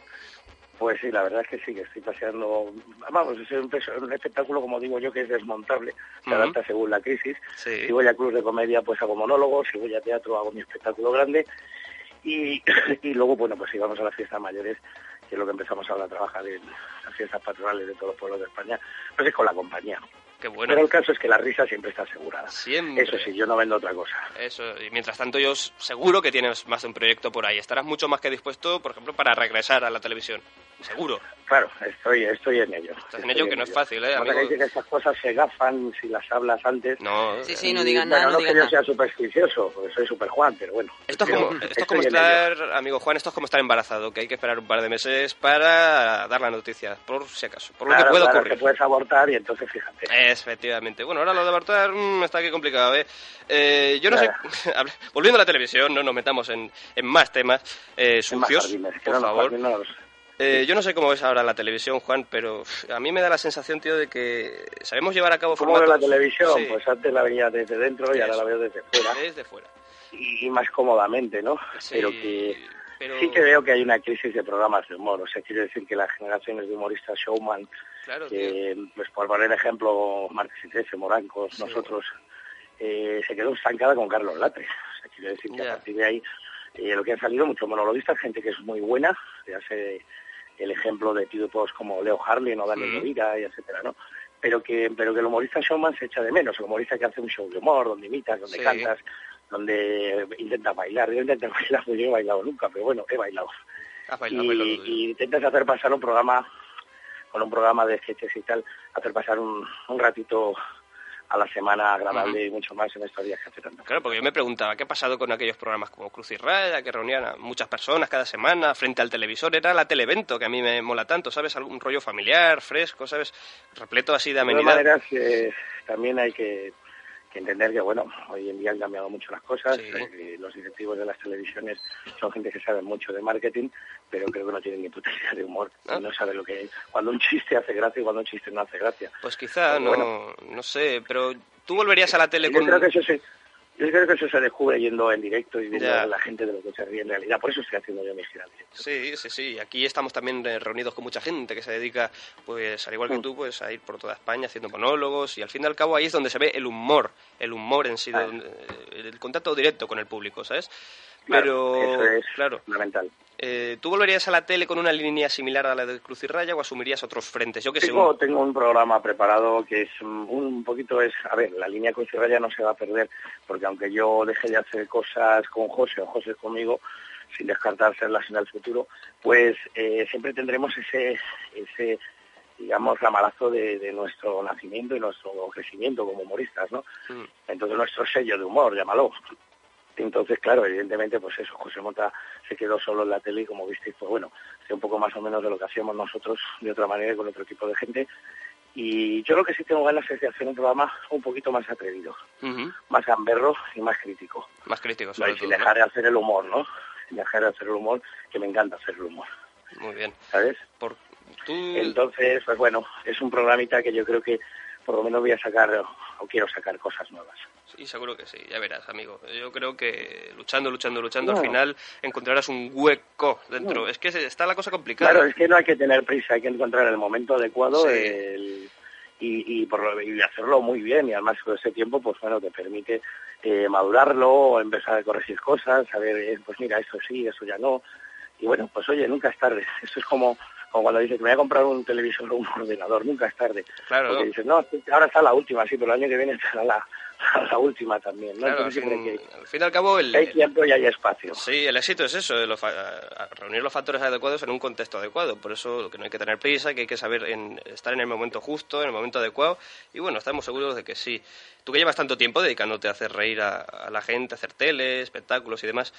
S7: Pues sí, la verdad es que sí, que estoy paseando, vamos, es un, es un espectáculo, como digo yo, que es desmontable, se
S2: Ujú.
S7: adapta según la crisis.
S2: Sí.
S7: Si voy a club de comedia, pues hago monólogos, si voy a teatro, hago mi espectáculo grande, y, <clears throat> y luego, bueno, pues si vamos a las fiestas mayores, que es lo que empezamos ahora a trabajar en las fiestas patronales de todos los pueblos de España, pues es con la compañía.
S2: Qué bueno.
S7: Pero el caso es que la risa siempre está asegurada.
S2: Siempre.
S7: Eso sí, yo no vendo otra cosa.
S2: Eso, y mientras tanto yo s- seguro que tienes más de un proyecto por ahí. Estarás mucho más que dispuesto, por ejemplo, para regresar a la televisión. Seguro.
S7: Claro, estoy, estoy en ello. Estás
S2: en ello, que no es fácil, ¿eh, amigo?
S7: que esas cosas se gafan si las hablas antes.
S2: No. Sí,
S3: sí, no
S7: Y,
S3: digan
S7: bueno,
S3: nada, no
S7: No,
S3: digan
S7: que yo
S3: nada.
S7: sea supersticioso, porque soy super Juan, pero bueno.
S2: Esto es
S7: yo
S2: como, esto es como
S7: estoy en ello.
S2: estar, amigo Juan, esto es como estar embarazado, que hay que esperar un par de meses para dar la noticia, por si acaso, por lo
S7: Claro,
S2: que puede
S7: claro,
S2: ocurrir.
S7: te puedes abortar y entonces fíjate.
S2: Efectivamente. Bueno, ahora lo de abortar mm, está aquí complicado, ¿eh? Eh, yo no sé... <laughs> habla- Volviendo a la televisión, no nos metamos en, en más temas eh,
S7: Es más
S2: sucios,
S7: jardines, que
S2: por
S7: no nos-
S2: favor.
S7: no nos-
S2: Eh, yo no sé cómo ves ahora la televisión, Juan, pero uf, a mí me da la sensación, tío, de que sabemos llevar a cabo
S7: ¿Cómo veo la
S2: formatos-
S7: televisión?
S2: Sí,
S7: Pues antes la veía desde dentro y ahora
S2: Eso.
S7: la veo desde fuera.
S2: desde fuera.
S7: Y, y más cómodamente, ¿no? Pero que sí que veo que hay una crisis de programas de humor. O sea, quiero decir que las generaciones de humoristas showman
S2: Claro,
S7: que, pues por poner ejemplo, Marques y Trece, Morancos, nosotros, eh, se quedó estancada con Carlos Latre. O sea, quiero decir que a partir de ahí, eh, lo que han salido muchos monologuistas, gente que es muy buena, ya sé el ejemplo de tipos como Leo Harley o Daniel
S11: Ujú.
S7: Rovira, y etcétera, ¿no? Pero que, pero que el humorista showman se echa de menos, el humorista que hace un show de humor, donde imitas, donde
S11: Sí.
S7: cantas, donde intentas bailar. Yo intento <laughs> bailar, pues yo no he bailado nunca, pero bueno, he bailado
S2: Has
S7: y, y intentas hacer pasar un programa con un programa de sketches y tal, hacer pasar un, un ratito a la semana agradable y mucho más en estos días que hace tanto.
S2: Claro, porque yo me preguntaba qué ha pasado con aquellos programas como Cruz y Raya, que reunían a muchas personas cada semana frente al televisor. Era la televento que a mí me mola tanto, ¿sabes? Algún rollo familiar, fresco, ¿sabes? Repleto así de
S7: De todas
S2: amenidad.
S7: maneras, eh, también hay que, que entender que, bueno, hoy en día han cambiado mucho las cosas, eh, los directivos de las televisiones son gente que sabe mucho de marketing, pero creo que no tienen ni puta idea de humor,
S2: Ah.
S7: y no saben lo que es, cuando un chiste hace gracia y cuando un chiste no hace gracia.
S2: Pues quizá,
S7: Pero
S2: no,
S7: bueno.
S2: no sé, pero tú volverías a la tele
S7: Yo
S2: con...
S7: creo que eso se, yo creo que eso se descubre yendo en directo y viendo
S2: Ya.
S7: a la gente de lo que se ríe en realidad. Por eso estoy haciendo yo mi gira. en directo.
S2: Sí, sí, sí. Aquí estamos también eh, reunidos con mucha gente que se dedica, pues, al
S7: Mm.
S2: igual que tú, pues, a ir por toda España haciendo monólogos y al fin y al cabo ahí es donde se ve el humor, el humor en sí,
S7: Ah.
S2: donde- eh, el contacto directo con el público, ¿sabes?
S7: Claro,
S2: Pero,
S7: eso es
S2: claro,
S7: fundamental.
S2: eh, ¿tú volverías a la tele con una línea similar a la de Cruz y Raya o asumirías otros frentes? Yo que sé,
S7: Tengo,
S2: un-
S7: tengo un programa preparado que es mm, un, un poquito es, a ver, la línea con ya no se va a perder, porque aunque yo deje de hacer cosas con José o José conmigo, sin descartar hacerlas en el futuro, pues eh, siempre tendremos ese, ese digamos, ramalazo de, de nuestro nacimiento y nuestro crecimiento como humoristas, ¿no?
S10: Mm.
S7: Entonces nuestro sello de humor, llámalo. Entonces, claro, evidentemente, pues eso, José Mota se quedó solo en la tele y como visteis, pues bueno, hacía un poco más o menos de lo que hacíamos nosotros de otra manera y con otro tipo de gente. Y yo lo que sí tengo ganas es de hacer un programa un poquito más atrevido,
S2: Ujú.
S7: más gamberro y más crítico.
S2: más crítico,
S7: No,
S2: sobre
S7: y sin
S2: todo.
S7: dejar de
S2: ¿no?
S7: hacer el humor, ¿no? Sin dejar de hacer el humor, que me encanta hacer el humor,
S2: Muy bien.
S7: ¿sabes?
S2: Por, tú...
S7: Entonces, pues bueno, es un programita que yo creo que por lo menos voy a sacar, o quiero sacar cosas nuevas.
S2: Y seguro que sí, ya verás, amigo. Yo creo que luchando, luchando, luchando,
S7: No.
S2: al final encontrarás un hueco dentro. Es que se- está la cosa complicada.
S7: Claro, es que no hay que tener prisa, hay que encontrar el momento adecuado
S2: Sí.
S7: el- y, y, por lo- y hacerlo muy bien. Y además con ese tiempo, pues bueno, te permite eh, madurarlo, empezar a corregir cosas, saber, eh, pues mira, esto sí, eso ya no. Y bueno, pues oye, nunca es tarde. <laughs> Eso es como, como cuando dices, me voy a comprar un televisor o un <laughs> ordenador, nunca es tarde.
S2: Claro.
S7: Porque dices, no, ahora está la última, sí, pero el año que viene <laughs> estará la, la última también. ¿no?
S2: Claro,
S7: Entonces siempre
S2: sin-
S7: hay que-
S2: al fin y al cabo, el,
S7: hay
S2: el-
S7: tiempo y hay espacio.
S2: Sí, el éxito es eso, los fa- reunir los factores adecuados en un contexto adecuado. Por eso lo que no hay que tener prisa, que hay que saber en- estar en el momento justo, en el momento adecuado. Y bueno, estamos seguros de que sí. Tú que llevas tanto tiempo dedicándote a hacer reír a, a la gente, a hacer tele, espectáculos y demás,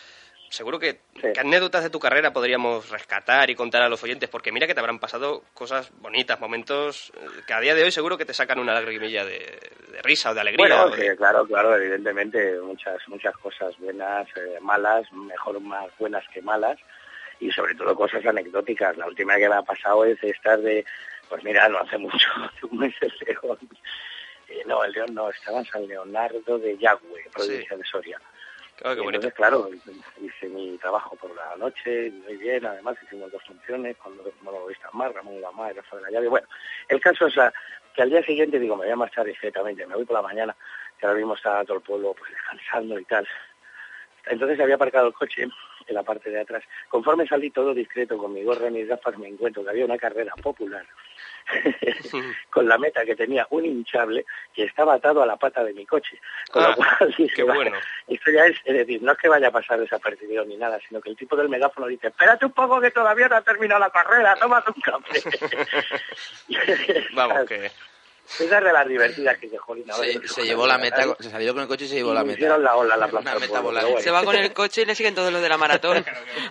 S2: seguro que, que anécdotas de tu carrera podríamos rescatar y contar a los oyentes, porque mira que te habrán pasado cosas bonitas, momentos eh, que a día de hoy seguro que te sacan una lagrimilla de, de risa o de alegría.
S7: Bueno,
S2: o
S7: que
S2: de-
S7: claro, claro, evidentemente muchas muchas cosas buenas, eh, malas, mejor más buenas que malas y sobre todo cosas anecdóticas. La última que me ha pasado es estar de, pues mira, no hace mucho, <laughs> hace un mes el León, eh, no, el León no, estaba en San Leonardo de Yagüe, provincia de Soria.
S2: Claro, qué
S7: Y
S2: bonito.
S7: Entonces, claro, hice mi trabajo por la noche, muy bien, además hicimos dos funciones, cuando lo viste más, Ramón Gamá y Rafa de la Llave. Bueno, el caso es ah, que al día siguiente digo, me voy a marchar discretamente, me voy por la mañana, que ahora mismo está todo el pueblo pues, descansando y tal. Entonces había aparcado el coche en la parte de atrás. Conforme salí todo discreto con mi gorra y mis gafas, me encuentro que había una carrera popular <laughs> con la meta que tenía un hinchable que estaba atado a la pata de mi coche. Con lo cual <laughs> dije,
S2: Ah, qué
S7: "Va,
S2: bueno.
S7: esto ya es, es decir, no es que vaya a pasar desapercibido ni nada, sino que el tipo del megáfono dice, espérate un poco que todavía no ha terminado la carrera, tómate un café.
S2: <laughs>
S7: <laughs>
S2: Vamos, que...
S7: Esas de las divertidas que se jolina.
S4: Se- se llevó la meta, se salió con el coche y se llevó la meta.
S7: Hicieron la ola, la plaza
S4: Una
S7: del
S4: meta
S7: pueblo,
S4: volante.
S7: pero bueno.
S3: Se va con el coche y le siguen todos los de la
S2: <laughs>
S3: maratón.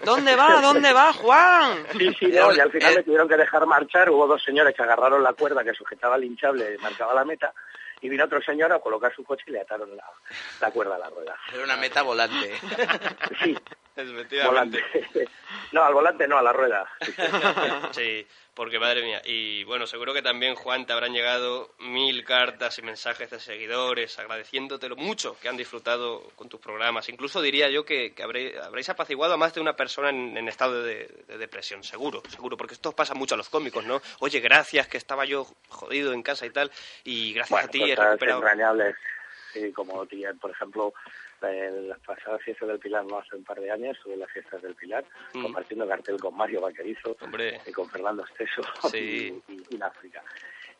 S3: ¿Dónde va? ¿Dónde va, Juan?
S7: Sí, sí, no, y al final me tuvieron que dejar marchar. Hubo dos señores que agarraron la cuerda que sujetaba al hinchable y marcaba la meta. Y vino otro señor a colocar su coche y le ataron la, la cuerda a la rueda.
S4: Era una
S2: <laughs>
S4: meta volante.
S7: Sí,
S2: Efectivamente.
S7: volante. <laughs> No, al volante no, a la rueda.
S2: <laughs> Sí, porque madre mía. Y bueno, seguro que también, Juan, te habrán llegado mil cartas y mensajes de seguidores agradeciéndote lo mucho que han disfrutado con tus programas. Incluso diría yo que, que habré- habréis apaciguado a más de una persona en, en estado de, de depresión, seguro, seguro, porque esto pasa mucho a los cómicos, ¿no? Oye, gracias, que estaba yo jodido en casa y tal, y gracias a ti he
S7: cosas
S2: recuperado.
S7: entrañables. Sí, como tía, por ejemplo, en las pasadas fiestas del Pilar, no hace un par de años, estuve en las fiestas del Pilar,
S2: Mm.
S7: compartiendo cartel con Mario Vaquerizo
S2: Hombre.
S7: y con Fernando Esteso <laughs>
S2: Sí.
S7: y, y en África.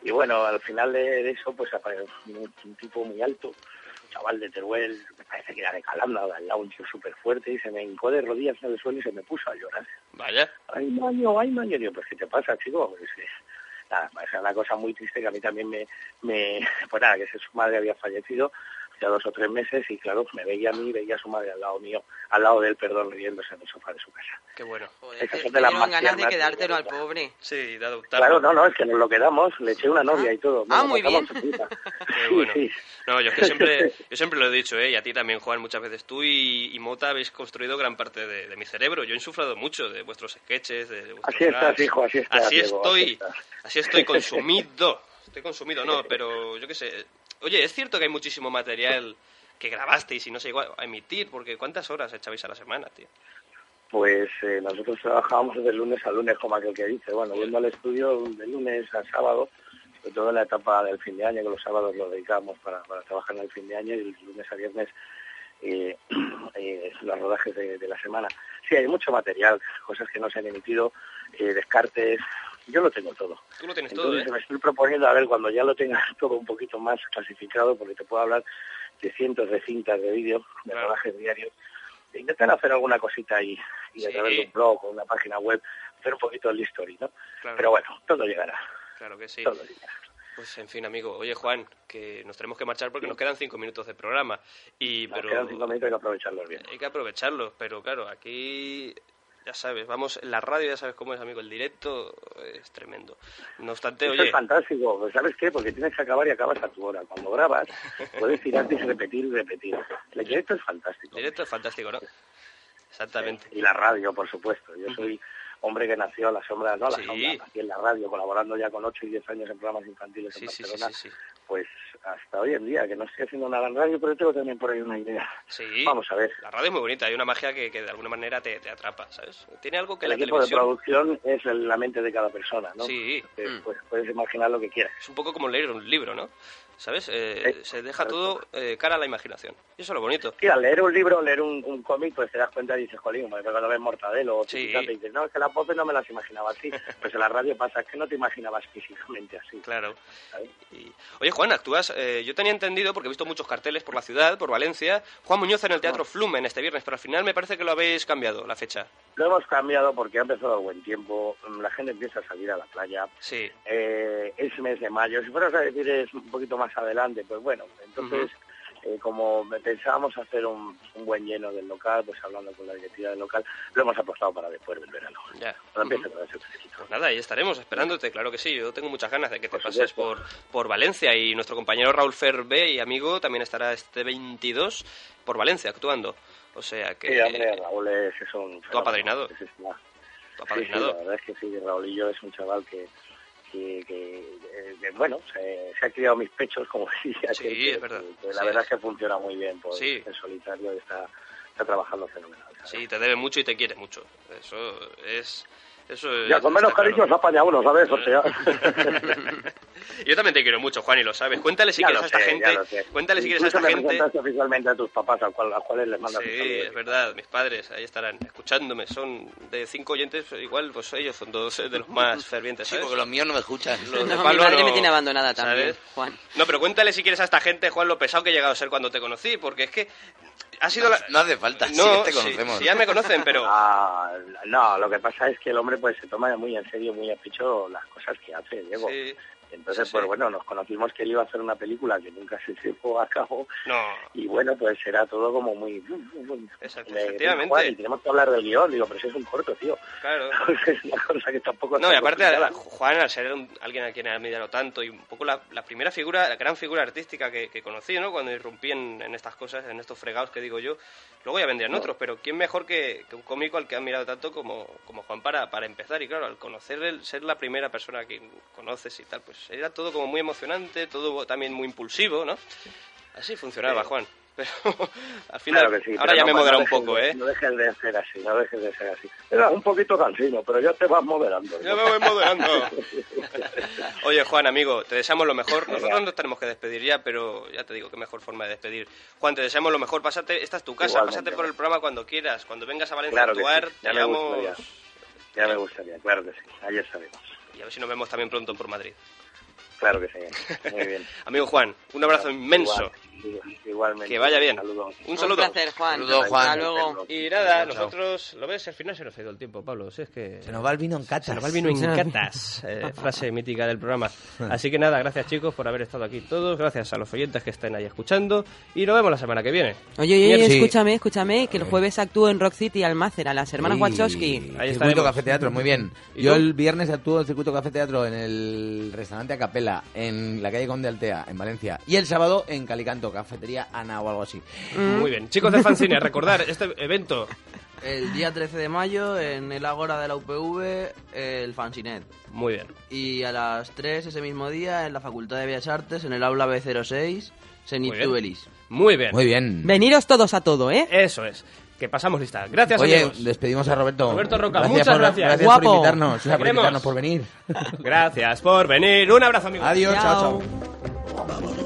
S7: Y bueno, al final de, de eso, pues apareció un, un tipo muy alto, un chaval de Teruel, me parece que era de Calanda, al lado un tío súper fuerte, y se me hincó de rodillas en el suelo y se me puso a llorar.
S2: Vaya.
S7: Ay, maño, ay, maño. Digo, pues, ¿qué te pasa, chico? Pues, eh, nada, es una cosa muy triste que a mí también me... me <laughs> pues nada, que se- su madre había fallecido ya dos o tres meses y claro, me veía a mí, veía a su madre al lado mío, al lado de él, perdón, riéndose en el sofá de su casa.
S2: Qué bueno.
S7: Esas son de las más
S3: ganas de
S7: tiernas.
S3: quedártelo al pobre.
S2: Sí, de adoptarlo.
S7: Claro, no, no, es que nos lo quedamos, le eché una novia y todo.
S3: Ah,
S7: nos
S3: muy
S7: pasamos
S3: bien.
S7: chupita.
S2: Qué bueno. No, yo es que
S7: <laughs>
S2: siempre, yo siempre lo he dicho, ¿eh? Y a ti también, Juan, muchas veces. Tú y, y Mota habéis construido gran parte de, de mi cerebro. Yo he insuflado mucho de vuestros sketches, de vuestros
S7: Así estás,
S2: gags.
S7: hijo, así estás, Diego,
S2: estoy,
S7: así estás.
S2: así
S7: <laughs>
S2: estoy consumido. Estoy consumido, no, pero yo qué sé. Oye, es cierto que hay muchísimo material que grabasteis y no se llegó a emitir, porque ¿cuántas horas echabais a la semana, tío?
S7: Pues eh, nosotros trabajábamos de lunes a lunes, como aquel que dice. Bueno, yendo al estudio de lunes a sábado, sobre todo en la etapa del fin de año, que los sábados los dedicábamos para, para trabajar en el fin de año y el lunes a viernes eh, <clears throat> eh, los rodajes de, de la semana. Sí, hay mucho material, cosas que no se han emitido, eh, descartes. Yo lo tengo todo.
S2: Tú lo tienes todo,
S7: Entonces
S2: ¿eh?
S7: me estoy proponiendo, a ver, cuando ya lo tengas <laughs> todo un poquito más clasificado, porque te puedo hablar de cientos de cintas de vídeo, de rodajes diarios, de intentar hacer alguna cosita ahí, y a
S2: Sí.
S7: través de un blog o una página web, hacer un poquito el history, ¿no?
S2: Claro.
S7: Pero bueno, todo llegará.
S2: Claro que sí.
S7: Todo llegará.
S2: Pues en fin, amigo. Oye, Juan, que nos tenemos que marchar porque nos quedan cinco minutos de programa. Y,
S7: Nos
S2: pero... eh,
S7: quedan cinco minutos hay que aprovecharlos bien.
S2: Hay que aprovecharlo, pero claro, aquí ya sabes, vamos, en la radio ya sabes cómo es, amigo, el directo es tremendo. No obstante,
S7: Eso
S2: oye,
S7: es fantástico, pues, ¿sabes qué? Porque tienes que acabar y acabas a tu hora. Cuando grabas, puedes tirarte y repetir y repetir.
S2: <laughs>
S7: El directo es fantástico.
S2: el directo es fantástico, ¿no? Exactamente.
S7: Y la radio, por supuesto. Yo soy hombre que nació a la sombra, no a la
S2: Sí.
S7: sombra, aquí en la radio, colaborando ya con 8 y 10 años en programas infantiles en
S2: sí, sí,
S7: Barcelona.
S2: sí, sí.
S7: Pues hasta hoy en día, que no estoy haciendo nada en radio, pero tengo también por ahí una idea.
S2: Sí,
S7: Vamos a ver.
S2: la radio es muy bonita, hay una magia que, que de alguna manera te, te atrapa, ¿sabes? Tiene algo que
S7: el
S2: la
S7: equipo
S2: televisión...
S7: de producción es el- la mente de cada persona, ¿no?
S2: Sí.
S7: Eh, Pues puedes imaginar lo que quieras.
S2: Es un poco como leer un libro, ¿no? ¿sabes? Eh, se deja todo eh, cara a la imaginación. Y eso es lo bonito.
S7: Sí, al leer un libro, leer un, un cómic, pues te das cuenta y dices, jolín, me cuando ves Mortadelo o Chiquitata", y dices, no, es que las voces no me las
S2: <laughs>
S7: imaginaba así. pues en la radio pasa, es que no te imaginabas físicamente así.
S2: Claro. Y- Oye, Juan, actúas. eh, yo tenía entendido, porque he visto muchos carteles por la ciudad, por Valencia. Juan Muñoz en el Teatro Flumen este viernes, pero al final me parece que lo habéis cambiado, la fecha.
S7: Lo hemos cambiado porque ha empezado el buen tiempo, mm, la gente empieza a salir a la playa.
S2: Sí.
S7: Eh, es mes de mayo, si fueras a decir es un poquito más adelante, pues bueno, entonces eh, como pensábamos hacer un, un buen lleno del local, pues hablando con la directiva del local, lo hemos apostado para después del verano.
S2: Ya.
S7: Cuando
S2: Ujú.
S7: empiece todo ese fresquito.
S2: Pues nada, ahí estaremos esperándote, claro que sí. Yo tengo muchas ganas de que te pases por, por Valencia y nuestro compañero Raúl Ferbe y amigo también estará este 22 por Valencia actuando. O sea que...
S7: Sí, hombre, Raúl es, es un...
S2: Tú apadrinado.
S7: fenómeno, es- es una-
S2: Tu
S7: Sí, sí,
S2: apadrinado.
S7: la verdad es que sí, Raulillo es un chaval que, que, que, eh, que, bueno, se, se ha criado mis pechos, como <laughs> decía.
S2: Sí,
S7: aquel, que-
S2: es verdad,
S7: que la
S2: sí.
S7: verdad es que funciona muy bien por,
S2: Sí.
S7: en solitario y está, está trabajando fenomenal.
S2: Sí, te debe mucho y te quiere mucho. Eso es... Eso es-
S7: ya, con
S2: Pues
S7: menos
S2: está claro.
S7: cariño se apaña uno, ¿sabes? O sea,
S2: Yo también te quiero mucho, Juan, y lo sabes. <laughs> Cuéntale si
S7: ya
S2: quieres
S7: lo
S2: a esta
S7: sé, ya lo
S2: gente...
S7: sé.
S2: Cuéntale si quieres a
S7: Incluso
S2: esta
S7: me
S2: gente...
S7: presentaste oficialmente a tus papás, al cual- a los cuales les mandas un
S2: Sí,
S7: saludo.
S2: es verdad, mis padres ahí estarán escuchándome. Son de cinco oyentes, igual pues ellos son dos de los
S4: <laughs>
S2: más fervientes. Sí, porque
S4: los míos no me escuchan.
S2: Los de
S11: No, mi
S2: Pablo
S11: madre
S2: no-
S11: me tiene abandonada también,
S2: ¿sabes?
S11: Juan.
S2: No, pero cuéntale si quieres a esta gente, Juan, lo pesado que he llegado a ser cuando te conocí, porque es que ha sido la...
S4: No hace falta, sí
S2: No,
S4: que te
S2: sí,
S4: conocemos.
S2: sí, ya me conocen,
S4: <laughs>
S2: pero...
S7: <laughs> Ah, no, lo que pasa es que el hombre pues se toma muy en serio, muy a pecho las cosas que hace, Diego.
S2: Sí.
S7: Entonces,
S2: Sí, sí.
S7: pues bueno, nos conocimos que él iba a hacer una película que nunca se llevó a cabo.
S2: No,
S7: Y bueno, pues era todo como muy...
S2: exacto,
S7: Le-
S2: efectivamente.
S7: Juan, y tenemos que hablar del guión. Digo, pero si es un corto, tío. <laughs>
S2: Claro.
S4: <laughs>
S7: es una cosa que tampoco...
S2: No,
S7: está
S2: y aparte,
S7: complicada.
S2: al- Juan, al ser un- alguien a quien he admirado tanto y un poco la, la primera figura, la gran figura artística que, que conocí, ¿no? Cuando irrumpí en, en estas cosas, en estos fregados que digo yo, luego ya vendrían otros, pero ¿quién mejor que, que un cómico al que he admirado tanto como, como Juan para, para empezar? Y claro, al conocer, el, ser la primera persona que conoces y tal, pues era todo como muy emocionante, todo también muy impulsivo, ¿no? Así funcionaba,
S7: Sí.
S2: Juan. <laughs> Pero al final,
S7: Claro que sí,
S2: ahora
S7: pero
S2: ya
S7: no,
S2: me he
S7: pues,
S2: moderado
S7: no
S2: un poco,
S7: dejes
S2: ¿eh?
S7: de- No dejes de ser así, no dejes de ser así. Era un poquito cansino, pero ya te vas moderando.
S2: Ya me voy moderando.
S7: <laughs>
S2: Oye, Juan, amigo, te deseamos lo mejor. Nosotros nos tenemos que despedir ya, pero ya te digo, qué mejor forma de despedir. Juan, te deseamos lo mejor. Pásate, esta es tu casa,
S7: Igualmente.
S2: pásate por el programa cuando quieras. Cuando vengas a Valencia
S7: Claro
S2: a
S7: que
S2: actuar,
S7: sí, ya
S2: te
S7: me
S2: llamo
S7: gustaría. Ya me gustaría, claro que sí. Ayer sabemos.
S2: y a ver si nos vemos también pronto por Madrid.
S7: Claro que sí. Muy bien.
S2: <laughs> Amigo Juan, un abrazo inmenso.
S7: Igual- igualmente.
S2: Que vaya bien.
S7: Saludos.
S2: Un saludo.
S4: Saludos, Juan.
S2: Y nada, <laughs>
S4: Chao, chao.
S2: nosotros, lo ves, al final se nos ha ido el tiempo, Pablo. Si es que...
S4: Se nos va el vino en catas.
S2: Se nos va el vino en catas, eh, frase mítica del programa. Así que nada, gracias chicos por haber estado aquí todos, gracias a los oyentes que estén ahí escuchando y nos vemos la semana que viene.
S3: Oye, oye, oye,
S2: Miércoles.
S3: escúchame, escúchame, que el jueves actúo en Rock City Almácera, las hermanas
S4: Sí.
S3: Wachowski.
S4: Ahí Circuito Café Teatro, muy bien.
S3: ¿Y
S4: Yo
S3: tú?
S4: el viernes actúo en el Circuito Café Teatro en el restaurante Acapela, en la calle Conde Altea, en Valencia. Y el sábado en Calicanto, cafetería Ana o algo así.
S3: Mm.
S2: Muy bien, chicos de Fanzine, recordar este evento.
S12: El día 13 de mayo en el Ágora de la UPV, el Fansinet.
S2: Muy bien.
S12: Y a las 3 ese mismo día en la Facultad de Bellas Artes, en el aula B06, Senitu Belis.
S2: Muy bien.
S4: Muy bien.
S3: Veniros todos a todo, ¿eh?
S2: Eso es. Que pasamos lista. Gracias,
S4: Oye,
S2: amigos.
S4: despedimos a Roberto.
S2: Roberto Roca,
S4: Gracias
S2: muchas
S4: por-
S2: gracias.
S4: Gracias por
S2: Guapo.
S4: invitarnos,
S2: Te
S4: gracias por
S2: queremos.
S4: invitarnos por venir.
S2: Gracias por venir. Un abrazo, amigos.
S4: Adiós, chao, chao.
S2: Vamos.